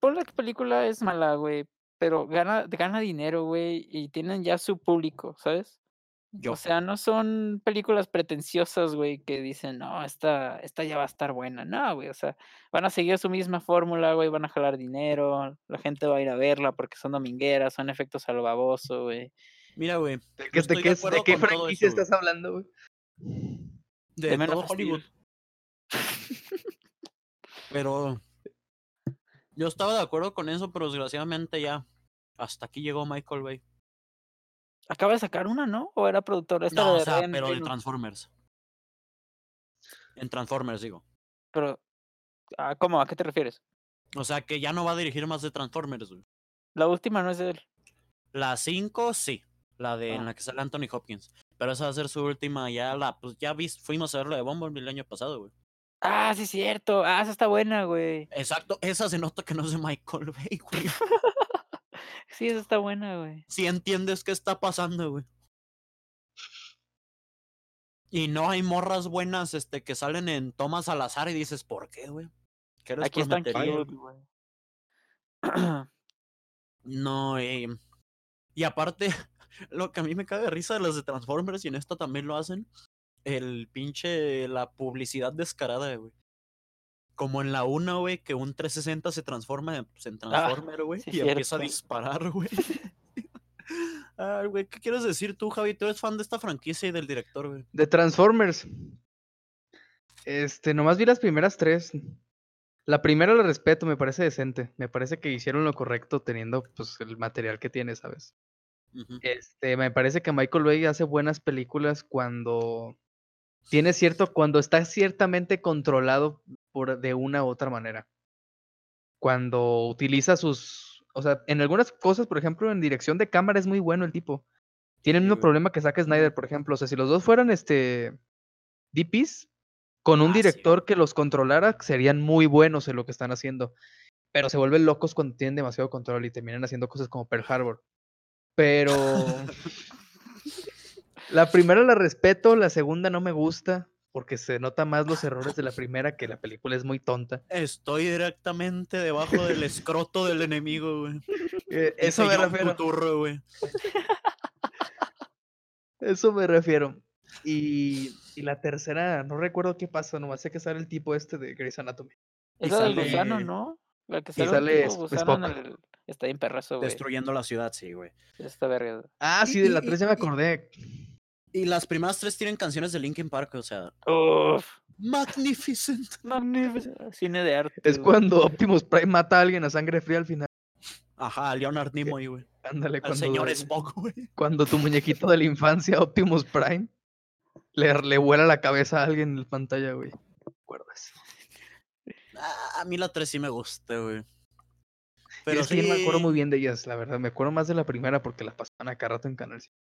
Speaker 3: por la película es mala, güey, pero gana, gana dinero, güey, y tienen ya su público, ¿sabes?
Speaker 2: Yo.
Speaker 3: O sea, no son películas pretenciosas, güey, que dicen, no, esta, esta ya va a estar buena. No, güey, o sea, van a seguir su misma fórmula, güey, van a jalar dinero, la gente va a ir a verla porque son domingueras, son efectos al baboso, güey.
Speaker 2: Mira, güey,
Speaker 1: ¿De
Speaker 2: Yo
Speaker 1: qué,
Speaker 2: estoy
Speaker 1: de
Speaker 2: de
Speaker 1: qué- de
Speaker 2: acuerdo
Speaker 1: qué
Speaker 2: con todo
Speaker 1: franquicia
Speaker 2: eso, güey.
Speaker 1: estás hablando, güey?
Speaker 2: de,
Speaker 3: De Man
Speaker 2: todo
Speaker 3: of Steel.
Speaker 2: Hollywood. Pero yo estaba de acuerdo con eso, pero desgraciadamente ya hasta aquí llegó Michael Bay.
Speaker 3: Acaba de sacar una, ¿no? ¿O era productor? Esta
Speaker 2: No,
Speaker 3: la
Speaker 2: o
Speaker 3: de
Speaker 2: sea,
Speaker 3: Ryan
Speaker 2: pero de
Speaker 3: Reynolds.
Speaker 2: Transformers. En Transformers, digo.
Speaker 3: Pero, ah, ¿cómo? ¿A qué te refieres?
Speaker 2: O sea, que ya no va a dirigir más de Transformers, güey.
Speaker 3: La última no es de él.
Speaker 2: La 5, sí. La de
Speaker 3: Ah.
Speaker 2: en la que sale Anthony Hopkins. Pero esa va a ser su última. Ya la, pues ya vis- fuimos a ver la de Bumblebee el año pasado, güey.
Speaker 3: Ah, sí, es cierto. Ah, esa está buena, güey.
Speaker 2: Exacto, esa se nota que no es de Michael Bay, güey.
Speaker 3: Sí, esa está buena, güey.
Speaker 2: Si entiendes qué está pasando, güey. Y no hay morras buenas este, que salen en tomas al azar y dices, ¿por qué, güey? ¿Qué les
Speaker 3: Aquí están
Speaker 2: prometería,
Speaker 3: cute,
Speaker 2: güey?"
Speaker 3: güey.
Speaker 2: No, eh, y aparte, lo que a mí me caga de risa de las de Transformers, y en esta también lo hacen, el pinche, la publicidad descarada, güey. Como en la una, güey, que un 360 se transforma en- pues, en Transformer, güey,
Speaker 3: sí,
Speaker 2: y empieza a
Speaker 3: cierto.
Speaker 2: disparar, güey. Ay, güey, ¿qué quieres decir tú, Javi? Tú eres fan de esta franquicia y del director, güey.
Speaker 1: De Transformers. Este, nomás vi las primeras tres. La primera la respeto, me parece decente. Me parece que hicieron lo correcto teniendo pues el material que tiene, ¿sabes?
Speaker 2: Ujú.
Speaker 1: Este, me parece que Michael Bay hace buenas películas cuando tiene cierto, cuando está ciertamente controlado por de una u otra manera. Cuando utiliza sus, o sea, en algunas cosas, por ejemplo, en dirección de cámara es muy bueno el tipo. Tiene el
Speaker 2: Sí,
Speaker 1: mismo
Speaker 2: güey.
Speaker 1: problema que Zack Snyder, por ejemplo. O sea, si los dos fueran este DPs con un
Speaker 2: Ah, sí, güey.
Speaker 1: director que los controlara, serían muy buenos en lo que están haciendo. Pero se vuelven locos cuando tienen demasiado control y terminan haciendo cosas como Pearl Harbor. Pero. la primera la respeto, la segunda no me gusta, porque se nota más los errores de la primera que la película es muy tonta.
Speaker 2: Estoy directamente debajo del escroto del enemigo, güey.
Speaker 1: Eh, eso,
Speaker 2: Dice
Speaker 1: me
Speaker 2: John
Speaker 1: refiero,
Speaker 2: Turturro, güey.
Speaker 1: eso me refiero. Y, y la tercera, no recuerdo qué pasa, nomás sé que sale el tipo este de Grey's Anatomy.
Speaker 3: Es la del gusano,
Speaker 2: sale-
Speaker 3: ¿no? La que
Speaker 1: y
Speaker 3: sale, un
Speaker 1: sale
Speaker 3: tipo
Speaker 1: Sp-
Speaker 3: gusano en
Speaker 1: Spock.
Speaker 3: el- Está bien perrazo, güey.
Speaker 2: Destruyendo la ciudad, sí, güey.
Speaker 3: Está verga. güey.
Speaker 1: Ah,
Speaker 2: Y-
Speaker 1: sí, de
Speaker 2: y-
Speaker 1: la
Speaker 2: y-
Speaker 1: tres ya me
Speaker 2: y-
Speaker 1: acordé.
Speaker 2: Y las primeras tres tienen canciones de Linkin Park, o sea,
Speaker 3: Uf,
Speaker 2: magnificent.
Speaker 3: magnífico. Cine de arte.
Speaker 1: Es
Speaker 3: güey.
Speaker 1: cuando Optimus Prime mata a alguien a sangre fría al final.
Speaker 2: Ajá, a Leonard Nimoy, güey.
Speaker 1: Ándale,
Speaker 2: Al
Speaker 1: cuando,
Speaker 2: señor Spock, güey.
Speaker 1: cuando tu muñequito de la infancia, Optimus Prime, le, le vuela la cabeza a alguien en la pantalla, güey. ¿Recuerdas?
Speaker 2: Ah, a mí la tres sí me gusta, güey. Pero
Speaker 1: es
Speaker 2: sí,
Speaker 1: que yo no me acuerdo muy bien de ellas, la verdad. Me acuerdo más de la primera porque las pasaban acá rato en Canal cinco.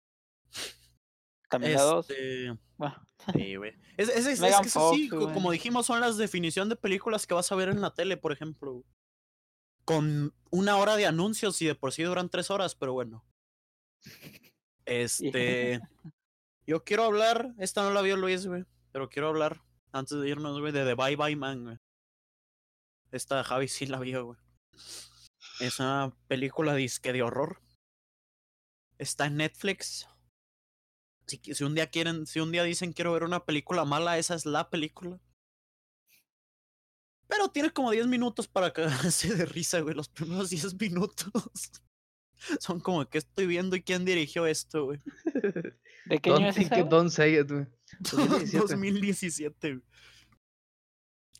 Speaker 3: También la dos.
Speaker 2: este,
Speaker 3: Bueno,
Speaker 2: sí, güey. Es, es- es- es
Speaker 3: Megan
Speaker 2: que es así,
Speaker 3: Fox,
Speaker 2: co-
Speaker 3: güey.
Speaker 2: como dijimos, son las definición de películas que vas a ver en la tele, por ejemplo. güey. Con una hora de anuncios y de por sí duran tres horas, pero bueno. Este. Yo quiero hablar. Esta no la vio Luis, güey. Pero quiero hablar antes de irnos, güey, de The Bye Bye Man, güey. Esta Javi sí la vio, güey. Es una película disque de horror. Está en Netflix. Si, qui- si un día quieren, si un día dicen quiero ver una película mala, esa es la película. Pero tiene como 10 minutos para cagarse de risa, güey. Los primeros 10 minutos. Son como que estoy viendo y quién dirigió esto, güey.
Speaker 3: ¿De qué
Speaker 1: Don't
Speaker 3: año es
Speaker 1: think
Speaker 3: esa?
Speaker 1: it,
Speaker 3: güey?
Speaker 1: don't say it, güey. 2017.
Speaker 2: 2017. güey.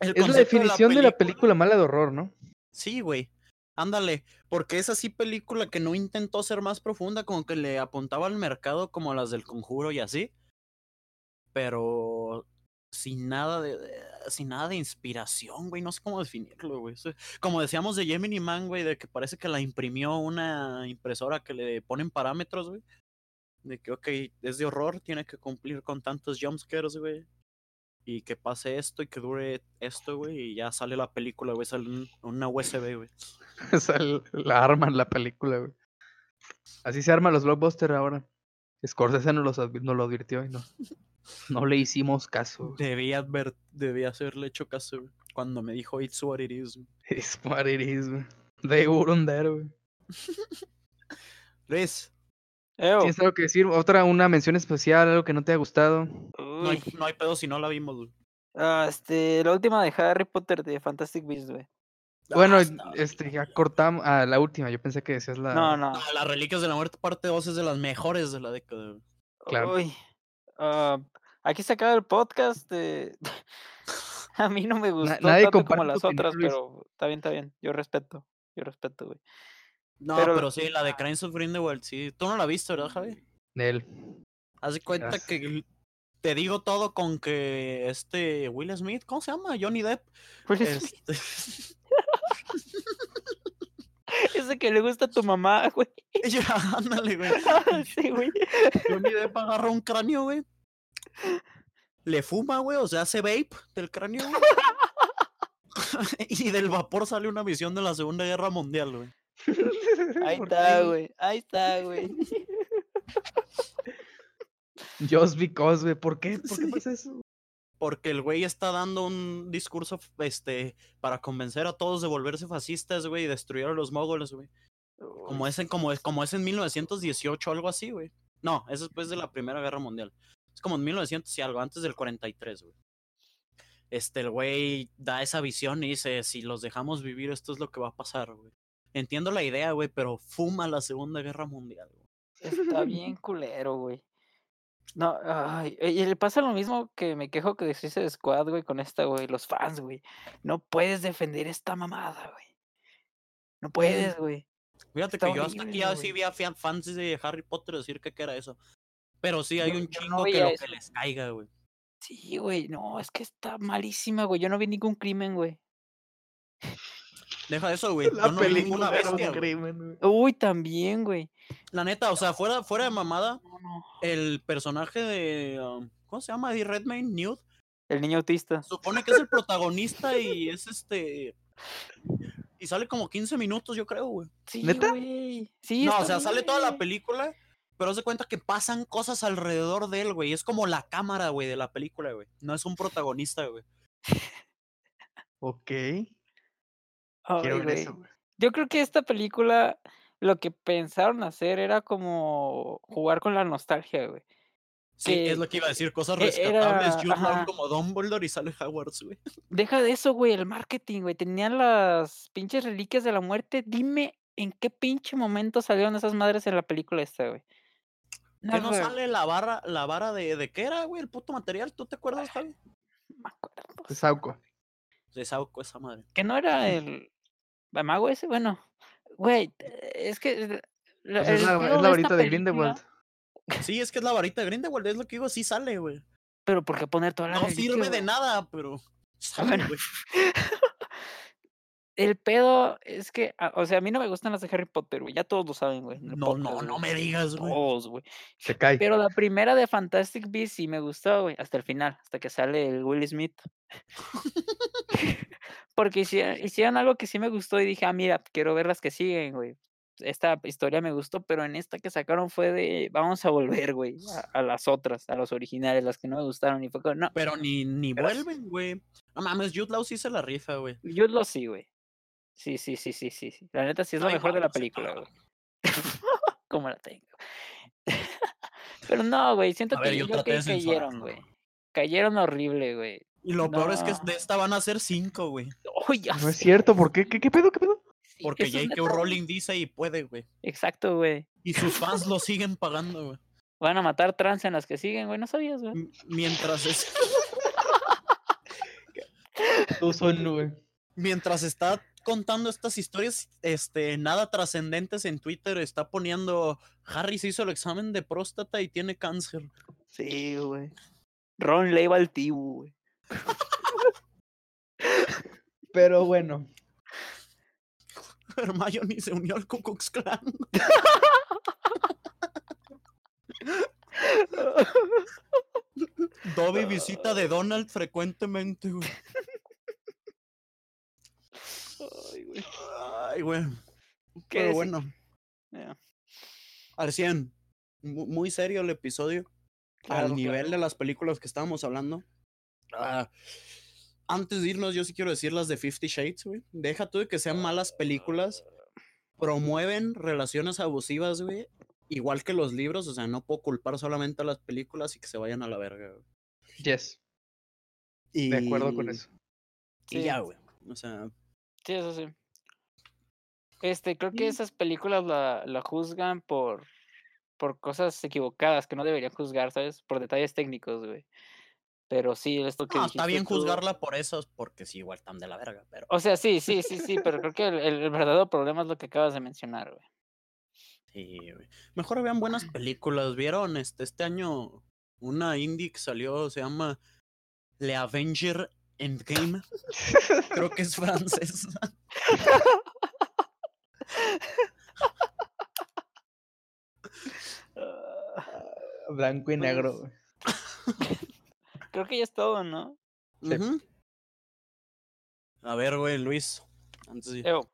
Speaker 2: El
Speaker 1: Es la
Speaker 2: concepto
Speaker 1: definición de la película mala de horror, ¿no?
Speaker 2: Sí, güey. Ándale, porque es así película que no intentó ser más profunda, como que le apuntaba al mercado como las del conjuro y así. Pero sin nada de, de- sin nada de inspiración, güey, no sé cómo definirlo, güey. Eso- Como decíamos de Gemini Man, güey, de que parece que la imprimió una impresora que le ponen parámetros, güey. De que, ok, es de horror, tiene que cumplir con tantos jumpscares, güey y que pase esto y que dure esto, güey, y ya sale la película, güey, sale un- una USB, güey.
Speaker 1: Esa l- la arma en la película, güey. Así se arman los blockbusters ahora. Scorsese nos, los advi- nos lo advirtió y no. No le hicimos caso. güey.
Speaker 2: Debí adver- debí hacerle hecho caso, güey, cuando me dijo It's what it is. güey".
Speaker 1: It's what it is, güey. They wouldn't dare, güey.
Speaker 2: Luis,
Speaker 3: Ew.
Speaker 1: ¿Tienes algo que decir? ¿Otra, una mención especial? ¿Algo que no te haya gustado?
Speaker 2: no hay,
Speaker 3: Uy.
Speaker 2: no hay pedo si no la vimos, güey.
Speaker 3: Ah, este, la última de Harry Potter de Fantastic Beasts, güey.
Speaker 1: Bueno,
Speaker 2: Ah, está-
Speaker 1: este, ya cortamos. Ah, la última. Yo pensé que decías la.
Speaker 3: No, no.
Speaker 2: Ah, Las Reliquias de la Muerte parte 2 es de las mejores de la década. güey.
Speaker 1: Claro.
Speaker 3: Uy, ah, aquí se acaba el podcast. eh, A mí no me gustó
Speaker 1: nadie
Speaker 3: tanto como
Speaker 1: comparte tu
Speaker 3: las
Speaker 1: opinión,
Speaker 3: otras,
Speaker 1: Luis.
Speaker 3: pero está bien, está bien. Yo respeto, yo respeto, güey.
Speaker 2: No,
Speaker 3: Pero-
Speaker 2: pero, sí, la de Crimes of Grindelwald, sí. Tú no la viste, ¿verdad, Javi?
Speaker 1: Nel.
Speaker 2: Haz de cuenta
Speaker 1: Quizás.
Speaker 2: que el- te digo todo con que este Will Smith, ¿cómo se llama? Johnny Depp.
Speaker 3: Will Smith,
Speaker 2: Este,
Speaker 3: Ese que le gusta a tu mamá, güey. Ah,
Speaker 2: ya, ándale, güey.
Speaker 3: sí, güey.
Speaker 2: Johnny Depp agarra un cráneo, güey. Le fuma, güey, o sea, hace vape del cráneo. güey. y del vapor sale una visión de la Segunda Guerra Mundial, güey.
Speaker 3: Ahí
Speaker 1: ¿Por
Speaker 3: está,
Speaker 1: qué?
Speaker 3: güey. Ahí está, güey.
Speaker 1: Just because, güey. ¿Por qué? ¿Por qué
Speaker 2: Sí.
Speaker 1: pasa eso?
Speaker 2: Porque el güey está dando un discurso f- este, para convencer a todos de volverse fascistas, güey, y destruir a los mogoles, güey. Como es, en, como, es, como es en 1918, algo así, güey. No, es después de la Primera Guerra Mundial. Es como en 1900 y algo, antes del 43, güey. Este, el güey da esa visión y dice, si los dejamos vivir, esto es lo que va a pasar, güey. Entiendo la idea, güey, pero fuma la Segunda Guerra Mundial, güey.
Speaker 3: Está bien culero, güey. No, ay, eh, y le pasa lo mismo que me quejo que de Suicide Squad, güey, con esta, güey, los fans, güey. No puedes defender esta mamada, güey. No puedes, güey.
Speaker 2: Fíjate
Speaker 3: Está
Speaker 2: que yo hasta aquí
Speaker 3: horrible,
Speaker 2: ya
Speaker 3: güey.
Speaker 2: sí vi a fan- fans de Harry Potter decir que, qué era eso. Pero sí hay
Speaker 3: Yo-
Speaker 2: un
Speaker 3: yo no
Speaker 2: chingo que
Speaker 3: veía
Speaker 2: lo
Speaker 3: eso.
Speaker 2: que les caiga, güey.
Speaker 3: Sí, güey, no, es que está malísima, güey. Yo no vi ningún crimen, güey.
Speaker 2: Deja eso, güey. Yo no vi ninguna bestia, güey.
Speaker 3: Uy, también, güey.
Speaker 2: La neta, o sea, fuera, fuera de mamada,
Speaker 3: No, no.
Speaker 2: el personaje de. um, ¿Cómo se llama? Eddie Redmayne, Newt.
Speaker 3: El niño autista.
Speaker 2: Supone que es el protagonista y es este. Y sale como 15 minutos, yo creo, güey.
Speaker 3: Sí,
Speaker 1: ¿Neta?
Speaker 3: güey. Sí,
Speaker 2: No, o
Speaker 3: está
Speaker 2: sea, sale toda la
Speaker 3: horrible.
Speaker 2: película, pero se cuenta que pasan cosas alrededor de él, güey. Es como la cámara, güey, de la película, güey. No es un protagonista, güey.
Speaker 1: Ok.
Speaker 3: Ay,
Speaker 1: Quiero ver
Speaker 3: güey.
Speaker 1: eso, güey.
Speaker 3: Yo creo que esta película lo que pensaron hacer era como jugar con la nostalgia, güey.
Speaker 2: Sí,
Speaker 3: que-
Speaker 2: es lo que iba a decir, cosas
Speaker 3: e-
Speaker 2: rescatables.
Speaker 3: era-
Speaker 2: Jude Law
Speaker 3: ajá.
Speaker 2: como Dumbledore y sale Hogwarts, güey.
Speaker 3: Deja de eso, güey, el marketing, güey. Tenían las pinches reliquias de la muerte. Dime en qué pinche momento salieron esas madres en la película esta, güey.
Speaker 2: ¿Qué no
Speaker 3: güey,
Speaker 2: sale la barra, la vara de, de qué era, güey? El puto material, ¿tú te acuerdas, Javi?
Speaker 3: no me acuerdo.
Speaker 1: De Pues, Sauco.
Speaker 2: De Sauco, esa madre.
Speaker 3: Que no era el el mago ese, bueno. Güey, eh, es que el- la-
Speaker 1: Pues es
Speaker 3: el
Speaker 1: la,
Speaker 3: pedo
Speaker 1: es
Speaker 3: esta
Speaker 1: la varita de
Speaker 3: película-
Speaker 1: Grindelwald.
Speaker 2: Sí, es que es la varita de Grindelwald, es lo que digo, sí sale, güey.
Speaker 3: Pero ¿por qué poner toda la
Speaker 2: No sirve de
Speaker 3: nada.
Speaker 2: nada, pero sale,
Speaker 3: Bueno.
Speaker 2: güey.
Speaker 3: El pedo es que, a- o sea, a mí no me gustan las de Harry Potter, güey. Ya todos lo saben, güey. en el
Speaker 2: No, no,
Speaker 3: podcast,
Speaker 2: no
Speaker 3: güey,
Speaker 2: me digas, güey.
Speaker 3: Todos, güey.
Speaker 1: Se cae.
Speaker 3: Pero la primera de Fantastic Beasts sí me gustó, güey. Hasta el final, hasta que sale el Will Smith. Porque hicieron, hicieron algo que sí me gustó y dije, ah, mira, quiero ver las que siguen, güey. Esta historia me gustó, pero en esta que sacaron fue de, vamos a volver, güey, a, a las otras, a las originales, las que no me gustaron. Y fue como, no,
Speaker 2: Pero ni, ni
Speaker 3: Pero-
Speaker 2: vuelven, güey. No mames, Jude Law sí se la rifa, güey.
Speaker 3: yo lo sí, güey. Sí, sí, sí, sí, sí. sí. La neta sí es lo
Speaker 2: Ay,
Speaker 3: mejor de
Speaker 2: mano,
Speaker 3: la
Speaker 2: se
Speaker 3: película,
Speaker 2: tarda.
Speaker 3: güey. como la tengo. Pero no, güey, siento
Speaker 2: A ver,
Speaker 3: que
Speaker 2: yo
Speaker 3: yo
Speaker 2: traté
Speaker 3: que
Speaker 2: de
Speaker 3: cayeron,
Speaker 2: censurarlo.
Speaker 3: güey. Cayeron horrible, güey.
Speaker 2: Y lo peor es que
Speaker 3: No.
Speaker 2: de esta van a ser cinco, güey.
Speaker 3: Uy, ya
Speaker 1: No es
Speaker 3: sé,
Speaker 1: cierto, ¿por qué? ¿Qué, qué pedo? ¿Qué pedo?
Speaker 3: sí,
Speaker 2: Porque
Speaker 3: eso es
Speaker 2: J.K.
Speaker 3: neta, güey.
Speaker 2: Rowling dice y puede, güey.
Speaker 3: Exacto, güey.
Speaker 2: Y sus fans lo siguen pagando, güey.
Speaker 3: Van a matar trans en las que siguen, güey. No sabías, güey.
Speaker 2: M- Mientras, es-
Speaker 1: Tú son, güey.
Speaker 2: mientras está contando estas historias, este, nada trascendentes en Twitter, está poniendo Harry se hizo el examen de próstata y tiene cáncer.
Speaker 3: Sí, güey. Ron le iba al tibu, güey.
Speaker 1: Pero bueno.
Speaker 2: Hermione se unió al Ku Klux Klan. Dobby visita de Donald frecuentemente, güey.
Speaker 3: Ay, güey.
Speaker 2: Ay, güey.
Speaker 3: ¿Qué
Speaker 2: Pero
Speaker 3: decir?
Speaker 2: bueno,
Speaker 3: Ya,
Speaker 2: al 100. mu- Muy serio el episodio.
Speaker 3: claro,
Speaker 2: al nivel
Speaker 3: claro.
Speaker 2: de las películas que estábamos hablando. Ah, antes de irnos, yo sí quiero decir las de Fifty Shades, güey. Deja tú de que sean malas películas. Promueven relaciones abusivas, güey. Igual que los libros, o sea, no puedo culpar solamente a las películas y que se vayan a la verga, güey.
Speaker 1: Yes, de acuerdo con
Speaker 2: Y-
Speaker 1: eso.
Speaker 2: Y
Speaker 3: Sí.
Speaker 2: ya, güey. O sea,
Speaker 3: Sí, eso sí. Este, creo que esas películas la, la juzgan por, por cosas equivocadas que no deberían juzgar, ¿sabes? Por detalles técnicos, güey. Pero sí, esto que
Speaker 2: no, está
Speaker 3: dijiste
Speaker 2: bien
Speaker 3: tú-
Speaker 2: juzgarla por eso, porque sí, igual están de la verga, pero.
Speaker 3: O sea, sí, sí, sí, sí, pero creo que el, el- el verdadero problema es lo que acabas de mencionar, güey.
Speaker 2: eh,
Speaker 1: Ah.
Speaker 2: Sí, güey. Mejor vean buenas películas. ¿Vieron este, este año Una indie que salió, se llama Le Avenger Endgame. Creo que es francesa.
Speaker 1: Blanco y
Speaker 3: Pues,
Speaker 1: negro. güey.
Speaker 3: Creo que ya es todo, ¿no?
Speaker 1: Sí.
Speaker 2: Ujú. A ver, güey, Luis. Antes de-
Speaker 3: Evo,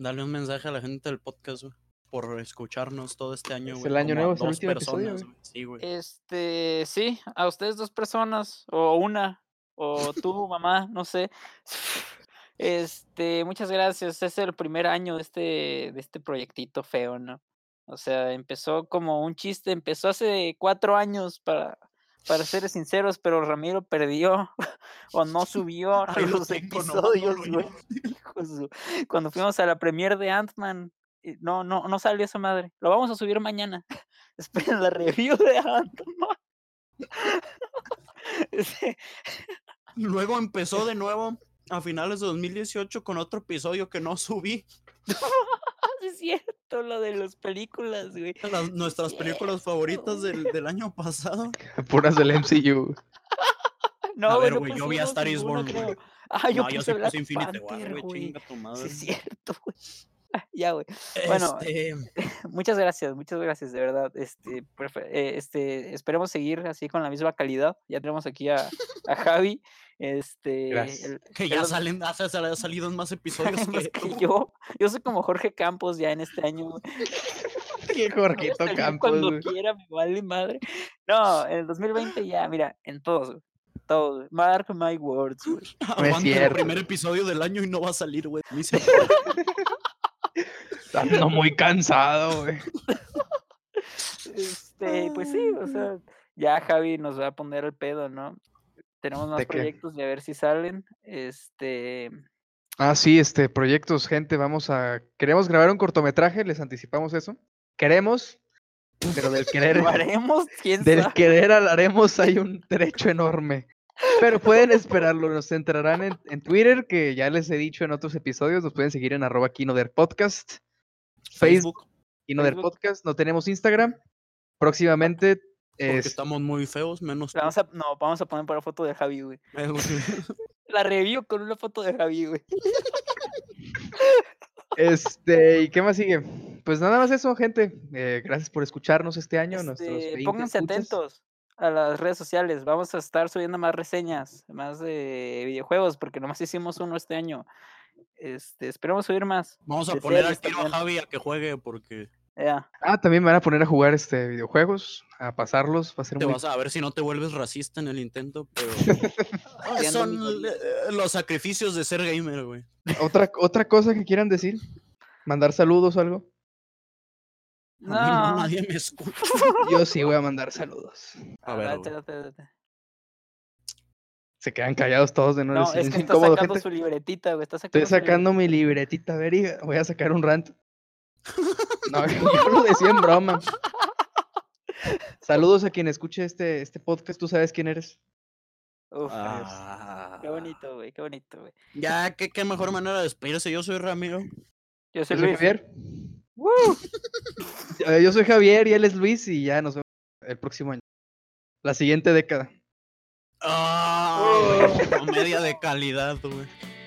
Speaker 2: Dale un mensaje a la gente del podcast, güey. Por escucharnos todo este año,
Speaker 1: Es
Speaker 2: güey.
Speaker 1: el año
Speaker 2: como a
Speaker 1: nuevo, es el
Speaker 2: dos
Speaker 1: último episodio,
Speaker 2: personas,
Speaker 1: güey.
Speaker 2: güey. Sí, güey.
Speaker 3: este, sí, a ustedes dos personas, o una, o tú, mamá, no sé. Este, muchas gracias. Es el primer año de este, de este proyectito feo, ¿no? O sea, empezó como un chiste, empezó hace cuatro años para, para ser sinceros, pero Ramiro perdió o no subió
Speaker 2: Ahí lo
Speaker 3: los
Speaker 2: tengo, nomás Ah, no
Speaker 3: episodios,
Speaker 2: lo
Speaker 3: güey.
Speaker 2: llevo.
Speaker 3: Hijo de su- Cuando fuimos a la premiere de Ant-Man, eh, no, no, no salió esa madre. Lo vamos a subir mañana. Esperen la review de Ant-Man. Sí,
Speaker 2: Luego empezó de nuevo a finales de 2018 con otro episodio que no subí.
Speaker 3: Ah, sí es cierto, lo de las películas, güey.
Speaker 2: Las- nuestras películas favoritas del, del año pasado.
Speaker 1: Puras del MCU. güey.
Speaker 3: No, pues
Speaker 2: a ver,
Speaker 3: no
Speaker 2: güey, yo vi a
Speaker 3: pusimos
Speaker 2: Star is
Speaker 3: ninguna,
Speaker 2: Born, güey.
Speaker 3: creo. Ah, yo
Speaker 2: no, yo
Speaker 3: puse
Speaker 2: sí
Speaker 3: Black
Speaker 2: puse Infinity War,
Speaker 3: Panther,
Speaker 2: güey.
Speaker 3: güey.
Speaker 2: Chinga tu madre.
Speaker 3: Sí es cierto, güey. Ya, güey. bueno,
Speaker 2: Este,
Speaker 3: Muchas gracias, muchas gracias, de verdad. Este, prefe- eh, este, esperemos seguir así con la misma calidad. Ya tenemos aquí a, a Javi. Este,
Speaker 1: Gracias.
Speaker 3: el-
Speaker 2: que ya
Speaker 3: los-
Speaker 2: salen, ha ha- ha salido en más episodios
Speaker 3: más
Speaker 2: que,
Speaker 3: que
Speaker 2: tú.
Speaker 3: yo. Yo soy como Jorge Campos ya en este año. güey.
Speaker 1: Qué
Speaker 3: Voy a
Speaker 1: Jorgito
Speaker 3: salir
Speaker 1: Campos.
Speaker 3: Cuando
Speaker 1: güey.
Speaker 3: quiera, me vale madre. No, en el 2020 ya, mira, en todos, güey, todos. güey. Mark my words, güey.
Speaker 2: Aguanta el
Speaker 1: cierto.
Speaker 2: primer episodio del año y no va a salir, güey. Ni se-
Speaker 1: Ando muy cansado, güey.
Speaker 3: Este, pues sí, o
Speaker 1: Ah.
Speaker 2: Ay,
Speaker 3: sea, ya Javi nos va a poner el pedo, ¿no? Tenemos más
Speaker 1: ¿De qué?
Speaker 3: proyectos y a ver si salen. Este,
Speaker 1: Ah, sí, este, proyectos, gente, vamos a... Queremos grabar un cortometraje, les anticipamos eso. Queremos, pero del querer...
Speaker 3: lo haremos, quién
Speaker 1: Del
Speaker 3: sabe.
Speaker 1: querer al haremos hay un trecho enorme. Pero pueden esperarlo, nos entrarán en, en Twitter, que ya les he dicho en otros episodios, nos pueden seguir en arroba Kinoder Podcast, Facebook, Kinoder
Speaker 3: Facebook.
Speaker 1: Podcast, no tenemos Instagram. Próximamente,
Speaker 2: Porque
Speaker 1: es-
Speaker 2: estamos muy feos, menos tú.
Speaker 3: Vamos a, no, vamos a poner para foto de Javi, güey.
Speaker 2: Eh, güey.
Speaker 3: La review con una foto de Javi, güey.
Speaker 1: este, ¿y qué más sigue? Pues nada más eso, gente. Eh, gracias por escucharnos este año. nuestros
Speaker 3: Este,
Speaker 1: 20
Speaker 3: pónganse
Speaker 1: escuchas.
Speaker 3: atentos a las redes sociales. Vamos a estar subiendo más reseñas, más de videojuegos, porque nomás hicimos uno este año. Este, esperemos subir más.
Speaker 2: Vamos a
Speaker 3: De
Speaker 2: poner al
Speaker 3: series
Speaker 2: tiro a
Speaker 3: también.
Speaker 2: Javi a que juegue porque
Speaker 3: Ya.
Speaker 1: Ah, también me van a poner a jugar este videojuegos, a pasarlos, va a ser
Speaker 2: te
Speaker 1: muy
Speaker 2: vas a ver si no te vuelves racista en el intento, pero Ah,
Speaker 3: Odiando
Speaker 2: son
Speaker 3: mi
Speaker 2: eh, los sacrificios de ser gamer, güey.
Speaker 1: ¿Otra, otra cosa que quieran decir? ¿Mandar saludos o algo?
Speaker 2: A mí no,
Speaker 3: No.
Speaker 2: nadie me escucha.
Speaker 1: Yo sí voy a mandar saludos.
Speaker 2: A ver,
Speaker 3: date,
Speaker 2: güey.
Speaker 3: date, date.
Speaker 1: Se quedan callados todos de nuevo.
Speaker 3: No,
Speaker 1: silencio
Speaker 3: es que está
Speaker 1: incómodo,
Speaker 3: sacando
Speaker 1: gente.
Speaker 3: su libretita, güey. Está sacando
Speaker 1: Estoy
Speaker 3: su libre-
Speaker 1: sacando mi libretita, a ver, y voy a sacar un rant. No, yo lo decía en broma. Saludos a quien escuche este, este podcast, tú sabes quién eres.
Speaker 3: Uf, adiós.
Speaker 2: Ah.
Speaker 3: Qué bonito, güey. Qué bonito, güey.
Speaker 2: Ya, qué, qué mejor manera de despedirse. Yo soy Ramiro.
Speaker 3: Yo
Speaker 1: Yo
Speaker 3: soy
Speaker 1: soy
Speaker 3: Luis.
Speaker 1: Javier.
Speaker 3: ¡Woo!
Speaker 1: Eh, Yo soy Javier y él es Luis y ya nos vemos el próximo año. La siguiente década.
Speaker 2: Ah, güey, comedia de calidad, güey.